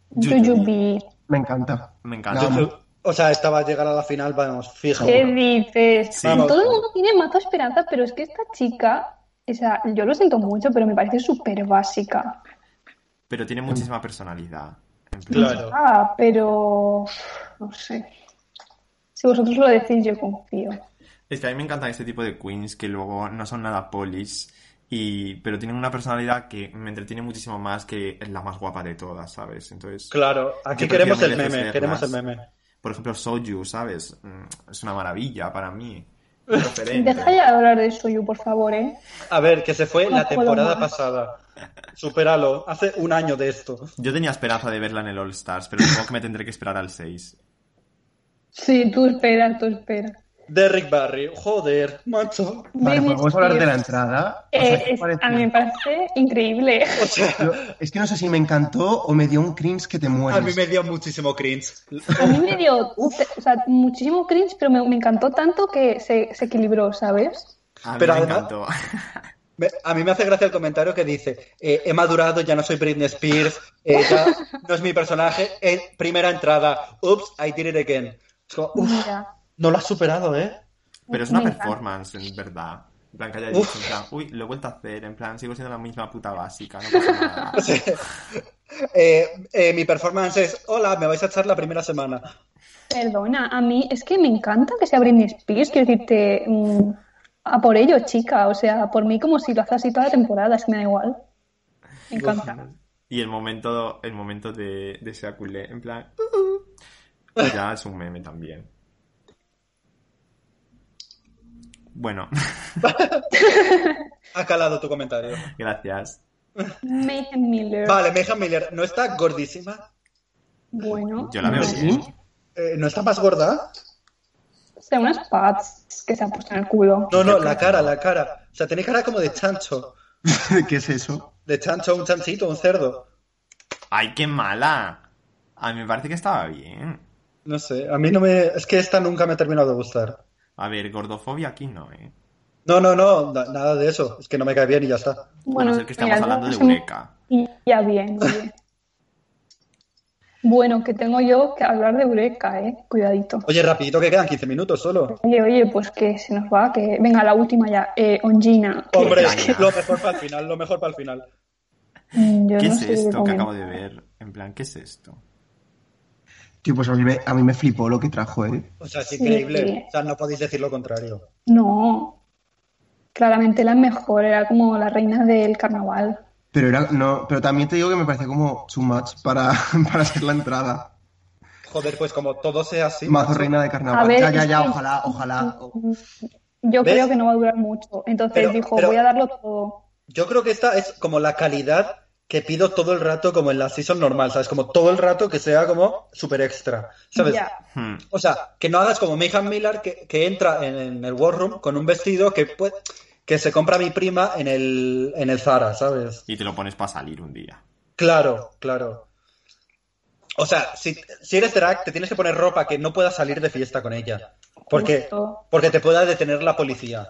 D: Jujubee.
E: me encanta.
C: Me encanta.
E: No,
B: O sea, estaba a llegar a la final, vamos, fija.
D: ¿Qué dices?
C: Sí.
D: Todo el mundo tiene mazo esperanza, pero es que esta chica, o sea, yo lo siento mucho, pero me parece súper básica.
C: Pero tiene muchísima personalidad. En plan,
B: Claro.
D: Ah, pero no sé. Si vosotros lo decís, yo confío.
C: Es que a mí me encantan este tipo de queens que luego no son nada polis, y... pero tienen una personalidad que me entretiene muchísimo más que la más guapa de todas, ¿sabes? Entonces,
B: Claro, aquí
C: Yo prefiero
B: queremos
C: mil
B: el
C: veces
B: meme,
C: ver
B: queremos
C: más.
B: el meme.
C: Por ejemplo, Soju, ¿sabes? Mm, Es una maravilla para mí. Un referente.
D: Deja ya de hablar de Soyu, por favor, ¿eh?
B: A ver, que se fue
D: No
B: la
D: puedo
B: temporada
D: más.
B: pasada. Supéralo. Hace un año de esto.
C: Yo tenía esperanza de verla en el All Stars, pero supongo que me tendré que esperar al 6.
D: Sí, tú espera, tú espera.
B: Derrick Barry. Joder, macho.
E: Vale,
D: Dennis
E: podemos hablar de la
D: Pierce.
E: entrada. O sea,
D: Eh,
E: ¿qué os
D: es-
E: pareció?
D: a mí me parece increíble.
B: O sea,
E: Yo- es que no sé si me encantó o me dio un cringe que te
B: a mí
E: mueres.
B: me dio muchísimo cringe.
D: A mí me dio o sea, muchísimo cringe, pero me, me encantó tanto que se, se equilibró, ¿sabes?
C: A mí
B: Pero
C: me
B: además-
C: encantó.
B: Me- A mí me hace gracia el comentario que dice, eh, he madurado, ya no soy Britney Spears, eh, ya no es mi personaje, eh, primera entrada, oops, I did it again. Es como, "Uf,
D: Mira.
B: no lo has superado, ¿eh?
C: Pero es una
D: Me encanta.
C: performance, en verdad. En plan, que haya
B: Uf.
C: dicho, en plan, uy, lo he vuelto a hacer, en plan, sigo siendo la misma puta básica, no pasa nada.
B: Eh, eh, mi performance es, hola, me vais a echar la primera semana.
D: Perdona, a mí es que me encanta que sea Britney Spears, quiero decirte, mm, a por ello, chica, o sea, por mí como si lo haces así toda la temporada, es que me da igual. Me encanta.
C: Y el momento, el momento de, de Shaquille, en plan, "Uh, uh". Y ya es un meme también. Bueno,
B: Ha calado tu comentario.
C: gracias.
D: Mayhem Miller,
B: Vale, Megan Miller, ¿no está gordísima?
D: bueno, mm,
C: Yo la veo
E: ¿Sí?
C: bien.
B: Eh, ¿No está más gorda?
D: o sea, unas pads que se han puesto en el culo.
B: No, no, la cara, la cara. O sea, tiene cara como de chancho.
E: ¿Qué es eso?
B: De chancho, un chanchito, un cerdo.
C: ¡Ay, qué mala! A mí me parece que estaba bien.
B: No sé, a mí no me... Es que esta nunca me ha terminado de gustar.
C: A ver, gordofobia aquí no, ¿eh?
B: No, no, no, na- nada de eso. Es que no me cae bien y ya está.
C: Bueno,
D: Bueno,
C: es el que estamos
D: mira, yo-
C: hablando de Eureka.
D: Y Ya bien, muy bien. Bueno, que tengo yo que hablar de Eureka, eh, cuidadito.
B: Oye, rapidito que quedan 15 minutos solo.
D: Oye, oye, pues que se nos va, que venga la última ya, eh, Ongina. que-
B: Hombre,
C: Venga.
B: lo mejor para el final, lo mejor para el final.
D: mm, yo
C: ¿Qué
D: no
C: es
D: sé qué
C: esto que
D: comentar.
C: acabo de ver? En plan, ¿qué es esto?
E: Tío, pues a mí, me, a mí me flipó lo que trajo, ¿eh?
B: O sea, es
D: Sí.
B: increíble. O sea, no podéis decir lo contrario.
D: No, claramente la mejor, era como la reina del carnaval.
E: Pero, era, no, pero también te digo que me pareció como too much para, para hacer la entrada.
B: Joder, pues como todo sea así.
E: Mazo reina de carnaval. Ah, Ya, ya,
D: es
E: ya,
D: que-
E: ojalá, ojalá.
D: Yo
B: ¿Ves?
D: creo que no va a durar mucho, entonces
B: Pero-
D: dijo,
B: pero-
D: voy a darlo todo.
B: Yo creo que esta es como la calidad que pido todo el rato, como en la season normal, ¿sabes? Como todo el rato que sea como super extra, ¿sabes?
D: Ya.
C: Hmm.
B: O sea, que no hagas como Megan Miller, que, que entra en, en el War Room con un vestido que, pue- que se compra mi prima en el, en el Zara, ¿sabes?
C: Y te lo pones para salir un día.
B: Claro, claro. O sea, si, si eres drag, te tienes que poner ropa que no puedas salir de fiesta con ella. Porque,
D: Justo.
B: porque te pueda detener la policía.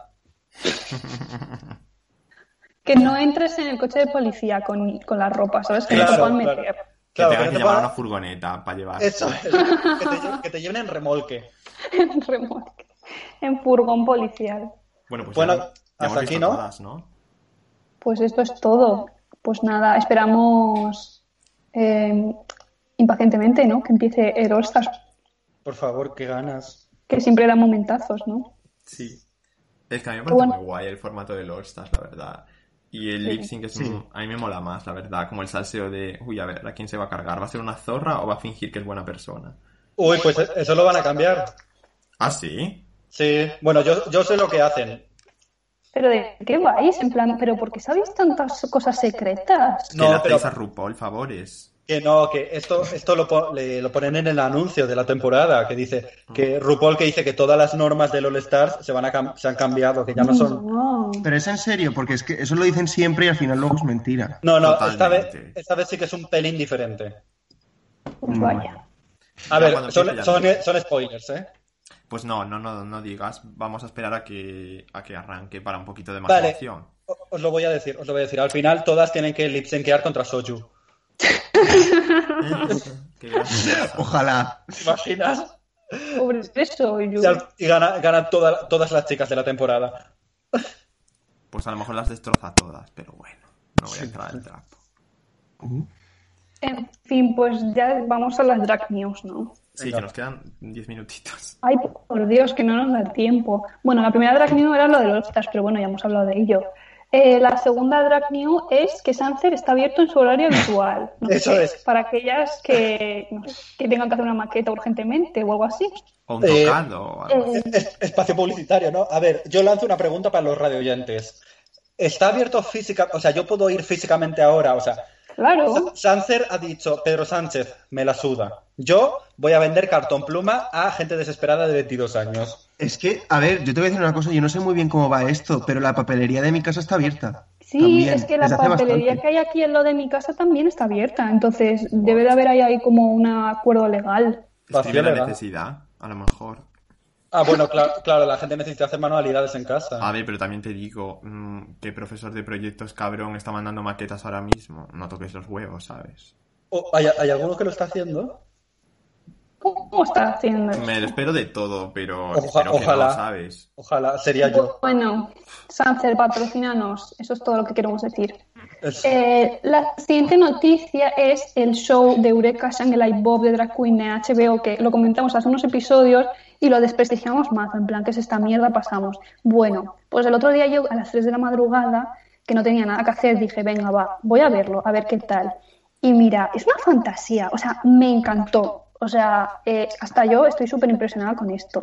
D: Que no entres en el coche de policía con, con la ropa, ¿sabes? Que no te
B: Claro,
D: puedan
B: claro.
D: meter.
B: Claro,
C: que
B: que no
C: tengan
B: te
C: que llamar a
B: pueda-
C: una furgoneta para llevar.
B: Eso es, que te, lle- que te lleven en remolque.
D: en remolque, en furgón policial.
C: Bueno, pues
B: Bueno,
C: ya- ya
B: hasta
C: hemos
B: aquí,
C: visto
B: ¿no?
C: todas, ¿no?
D: Pues esto es todo. Pues nada, esperamos eh, impacientemente, ¿no? Que empiece el All Stars,
B: Por favor, qué ganas.
D: que siempre dan momentazos, ¿no?
C: Sí. Es que a mí me parece
D: Bueno.
C: muy guay el formato del All Stars, la verdad. Y el lip sync es muy- a mí me mola más, la verdad. Como el salseo de, uy, a ver, ¿a quién se va a cargar? ¿Va a ser una zorra o va a fingir que es buena persona?
B: Uy, pues e- eso lo van a cambiar.
C: Ah, sí.
B: Sí, bueno, yo, yo sé lo que hacen.
D: Pero ¿de qué vais? En plan, ¿pero por qué sabéis tantas cosas secretas?
C: Que
B: No,
C: le hacéis
B: pero-
C: a RuPaul favores.
B: Que no, que esto, esto lo, po- le- lo ponen en el anuncio de la temporada, que dice que RuPaul que dice que todas las normas del All Stars se, van a cam- se han cambiado, que ya no son...
D: No.
E: Pero es en serio, porque es que eso lo dicen siempre y al final luego es mentira.
B: No, no, esta
C: Totalmente.
B: vez, esta vez sí que es un pelín diferente.
D: Pues vaya.
B: A
C: Ya
B: ver,
C: cuando
B: son,
C: empiece ya
B: son,
C: diré.
B: son spoilers, ¿eh?
C: Pues no, no, no, no digas. Vamos a esperar a que, a que arranque para un poquito de más
B: Vale.
C: emoción.
B: O- Os lo voy a decir, os lo voy a decir. Al final todas tienen que lipsenquear contra Soju.
C: Qué graciosa.
E: Ojalá.
B: ¿Te imaginas?
D: Pobre eso, yo.
B: Y, al- y gana, gana toda- todas las chicas de la temporada.
C: Pues a lo mejor las destroza todas, pero bueno, no voy a entrar al trapo.
D: En fin, pues ya vamos a las drag news, ¿no?
C: Sí,
B: Venga.
C: que nos quedan 10 minutitos.
D: Ay, por Dios, que no nos da tiempo. Bueno, la primera drag news era lo de los Stars, pero bueno, ya hemos hablado de ello. Eh, la segunda drag new es que Sunset está abierto en su horario habitual. No sé,
F: Eso es.
D: Para aquellas que, no sé, que tengan que hacer una maqueta urgentemente o algo así.
C: O un
F: Eh,
C: tocado o algo así.
D: Eh,
F: Es- Espacio publicitario, ¿no? A ver, yo lanzo una pregunta para los radioyentes. ¿Está abierto física? O sea, yo puedo ir físicamente ahora. O sea,
D: claro.
F: Sánchez ha dicho, Pedro Sánchez, me la suda. Yo voy a vender cartón pluma a gente desesperada de 22 años.
E: Es que, a ver, yo te voy a decir una cosa, yo no sé muy bien cómo va esto, pero la papelería de mi casa está abierta.
D: Sí,
E: También,
D: es que la
E: desde hace
D: papelería
E: bastante.
D: que hay aquí en lo de mi casa también está abierta. Entonces, debe de haber ahí, ahí como un acuerdo legal.
C: Escribe
F: vacío,
C: la
F: ¿verdad?
C: necesidad, a lo mejor.
F: Ah, bueno, cla- claro, la gente necesita hacer manualidades en
C: A
F: casa.
C: ver, pero también te digo mm, que profesor de proyectos cabrón está mandando maquetas ahora mismo. No toques los huevos, ¿sabes?
F: Oh, ¿hay, hay alguno que lo está haciendo?
D: ¿Cómo está haciendo eso?
C: Me espero de todo, pero
F: Oja-
C: espero que
F: ojalá.
C: no, ¿sabes?
F: Ojalá, sería yo.
D: Bueno, Sancer, patrocínanos. Eso es todo lo que queremos decir.
F: Es-
B: Pues,
D: Eh, la siguiente noticia es el show de Eureka Shanghai Bob de Drag Queen en HBO, que lo comentamos hace unos episodios y lo desprestigiamos más, en plan, que es esta mierda, pasamos. Bueno, pues el otro día yo a las 3 de la madrugada, que no tenía nada que hacer, dije, venga, va, voy a verlo, a ver qué tal. Y mira, es una fantasía, o sea, me encantó. O sea, eh, hasta yo estoy súper impresionada con esto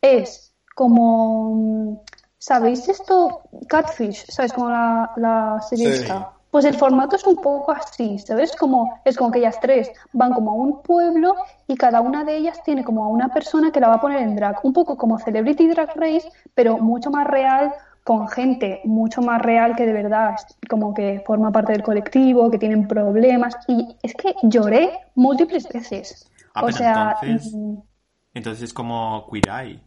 D: es como, mm, ¿sabéis esto? Catfish, ¿sabéis? Como la, la serie
F: Sí.
D: esta. Pues el formato es un poco así, ¿sabes? Como, es como que ellas tres van como a un pueblo y cada una de ellas tiene como a una persona que la va a poner en drag. Un poco como Celebrity Drag Race, pero mucho más real, con gente mucho más real que de verdad, es como que forma parte del colectivo, que tienen problemas. Y es que lloré múltiples veces.
C: Ah,
D: o
C: pero
D: sea,
C: entonces-
D: mm,
C: Entonces es como Queer Eye,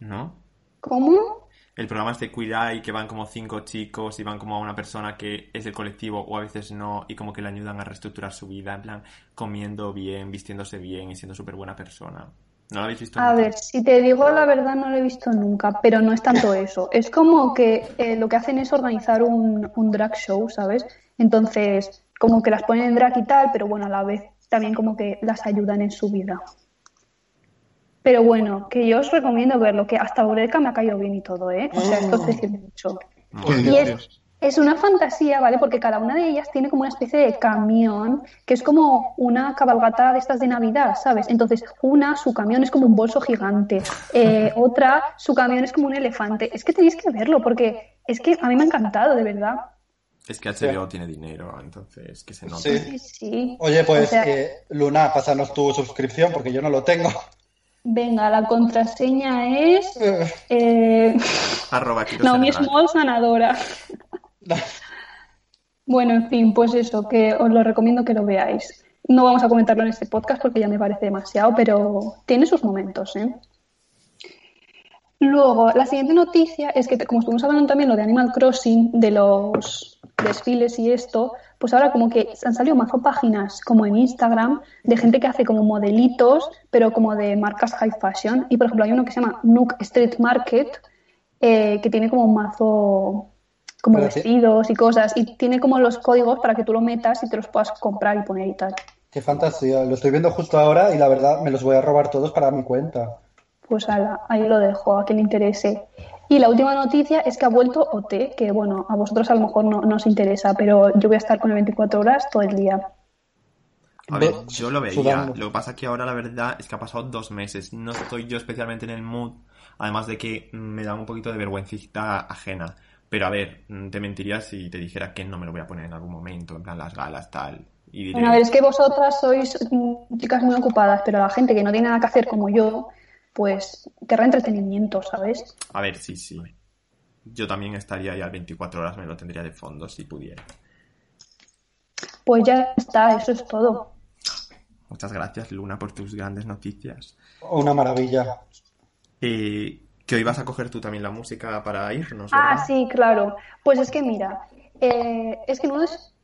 C: ¿no?
D: ¿cómo?
C: El programa es de Queer Eye, que van como cinco chicos y van como a una persona que es del colectivo o a veces no, y como que le ayudan a reestructurar su vida, en plan, comiendo bien, vistiéndose bien y siendo súper buena persona. ¿No lo habéis visto?
D: A
C: nunca?
D: ver, si te digo la verdad, no lo he visto nunca, pero no es tanto eso. Es como que eh, lo que hacen es organizar un, un drag show, ¿sabes? Entonces, como que las ponen en drag y tal, pero bueno, a la vez también como que las ayudan en su vida. Pero bueno, que yo os recomiendo verlo, que hasta Eureka me ha caído bien y todo, ¿eh? O sea,
C: Oh.
D: esto es decir mucho.
E: Qué
D: Y
E: dices.
D: es, es una fantasía, ¿vale? Porque cada una de ellas tiene como una especie de camión, que es como una cabalgata de estas de Navidad, ¿sabes? Entonces, una, su camión es como un bolso gigante, eh, otra, su camión es como un elefante. Es que tenéis que verlo, porque es que a mí me ha encantado, de verdad.
C: Es que HBO tiene dinero, entonces que se note.
F: Sí.
D: Sí, sí.
F: Oye, pues
D: O sea,
F: eh, Luna, pásanos tu suscripción porque yo no lo tengo.
D: Venga, la contraseña es... eh,
C: Arroba quiero
D: Naomi
C: ser drag.
D: Smalls ganadora. bueno, en fin, pues eso, que os lo recomiendo que lo veáis. No vamos a comentarlo en este podcast porque ya me parece demasiado, pero tiene sus momentos, ¿eh? Luego, la siguiente noticia es que, como estuvimos hablando también lo de Animal Crossing, de los desfiles y esto, pues ahora como que se han salido mazo páginas como en Instagram de gente que hace como modelitos, pero como de marcas high fashion. Y por ejemplo, hay uno que se llama Nook Street Market, eh, que tiene como un mazo como
F: Pero que-
D: vestidos y cosas, y tiene como los códigos para que tú lo metas y te los puedas comprar y poner y tal.
F: Qué fantasía, lo estoy viendo justo ahora y la verdad me los voy a robar todos para mi cuenta.
D: Pues ala, ahí lo dejo, a quien le interese. Y la última noticia es que ha vuelto OT, que bueno, a vosotros a lo mejor no, no os interesa, pero yo voy a estar con el 24 horas todo el día.
C: A ver,
F: Ve-
C: yo lo veía.
F: sudando.
C: Lo que pasa que ahora la verdad es que ha pasado dos meses. No estoy yo especialmente en el mood. Además de que me da un poquito de vergüencita ajena. Pero a ver, mm, te mentiría si te dijera que no me lo voy a poner en algún momento. En plan, las galas, tal. Y diré,
D: Bueno, a ver, es que vosotras sois mm, chicas muy ocupadas, pero la gente que no tiene nada que hacer como yo, pues querrá entretenimiento, ¿sabes?
C: a ver, sí, sí. Yo también estaría ahí al 24 horas, me lo tendría de fondo si pudiera.
D: Pues ya está, eso es todo.
C: Muchas gracias, Luna, por tus grandes noticias.
F: Una maravilla.
C: Eh, que hoy vas a coger tú también la música para irnos,
D: Ah,
C: ¿verdad?
D: sí, claro. Pues es que mira, eh, es que en uno de esos-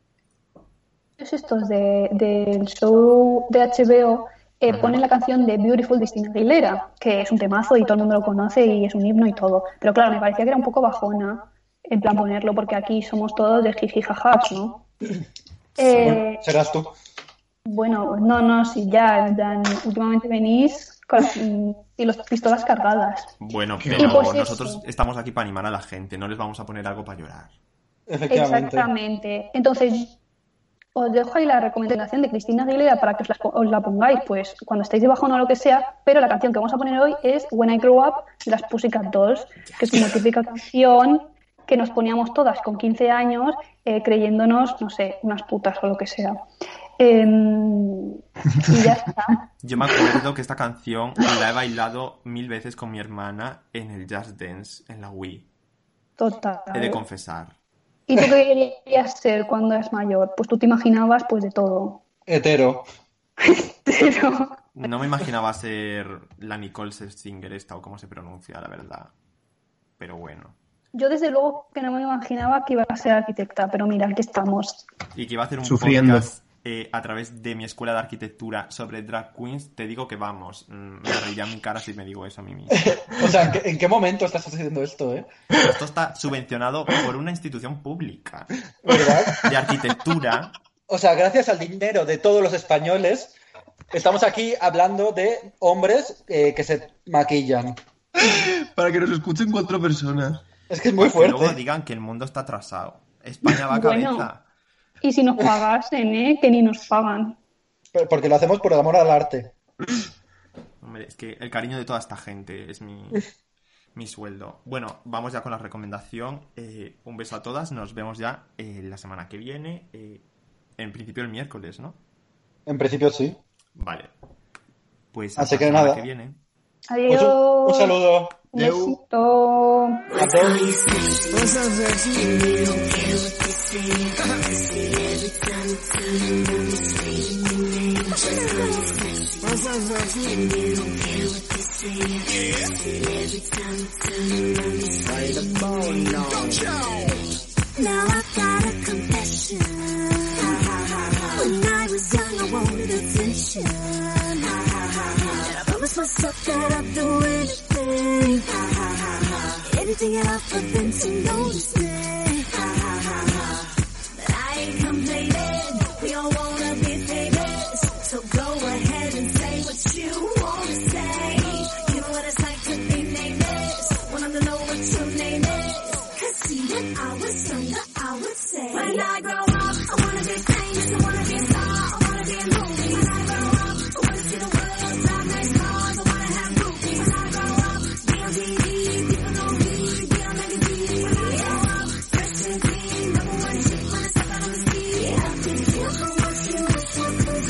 D: de estos de- del show de HBO eh, ponen la canción de Beautiful de Cristina Aguilera, que es un temazo y todo el mundo lo conoce y es un himno y todo. Pero claro, me parecía que era un poco bajona en plan ponerlo porque aquí somos todos de jiji jaja, ¿no? Eh,
F: Serás tú.
D: bueno, no, no, sí, ya, en plan, últimamente venís con las, y los pistolas cargadas.
C: Bueno,
D: Y
C: pero
D: pues eso.
C: nosotros estamos aquí para animar a la gente, no les vamos a poner algo para llorar.
F: Efectivamente.
D: Exactamente. Entonces, os dejo ahí la recomendación de Cristina Aguilera para que os la, os la pongáis, pues, cuando estéis de bajón o lo que sea, pero la canción que vamos a poner hoy es When I Grow Up de las Pussycat Dolls, que es una típica canción que nos poníamos todas con 15 años eh, creyéndonos, no sé, unas putas o lo que sea. Em, y ya está.
C: Yo me acuerdo que esta canción la he bailado mil veces con mi hermana en el Jazz Dance, en la Wii.
D: Total.
C: He de confesar.
D: ¿Y tú qué querías ser cuando eras mayor? Pues tú te imaginabas pues de todo.
F: Hetero.
D: Pero...
C: No me imaginaba ser la Nicole Scherzinger esta o cómo se pronuncia, la verdad. Pero bueno.
D: Yo desde luego que no me imaginaba que iba a ser arquitecta, pero mira, aquí estamos.
C: Y que iba a hacer un
E: Sufriendo.
C: podcast eh, a través de mi escuela de arquitectura sobre drag queens, te digo que vamos. mm, Me reiría en mi cara si me digo eso a mí mismo.
F: O sea, ¿en qué- ¿en qué momento estás haciendo esto, eh?
C: Esto está subvencionado por una institución pública
F: ¿Verdad?
C: de arquitectura.
F: O sea, gracias al dinero de todos los españoles, estamos aquí hablando de hombres eh, que se maquillan.
E: Para que nos escuchen cuatro personas.
F: Es que es muy
C: Ah, Que luego
F: fuerte.
C: digan que el mundo está atrasado. España va a cabeza.
D: Bueno. Y si nos pagasen, ¿eh? Que ni nos pagan.
F: Pero- Porque lo hacemos por el amor al arte.
C: Hombre, es que el cariño de toda esta gente es mi, mi sueldo. Bueno, vamos ya con la recomendación. Eh, un beso a todas. Nos vemos ya eh, la semana que viene. eh, en principio el miércoles, ¿no?
F: En principio sí.
C: Vale. Pues
F: Así
C: hasta
F: que
C: la semana
F: nada.
C: que viene.
D: Adiós.
F: Pues un, un saludo.
D: Un besito.
F: Adiós.
G: Now I've got a confession. When I was young, I wanted attention. And I promised myself that I'd do anything. Anything at all for them to notice me. But I ain't complaining. We all wanna be famous. So go ahead and say what you wanna say. You know what it's like to be nameless. Wanted to know what your name is. Cause see, when I was younger, I would say, When I grow up, I wanna be famous. I wanna be a star. I wanna be a movie. When I grow up, I wanna see the world. Drive nice cars. I wanna have groupies. When I grow up, be on TV. People know me. Be on magazines. When I grow up, dress in green. Number one shit when I step out on the scene. I feel so much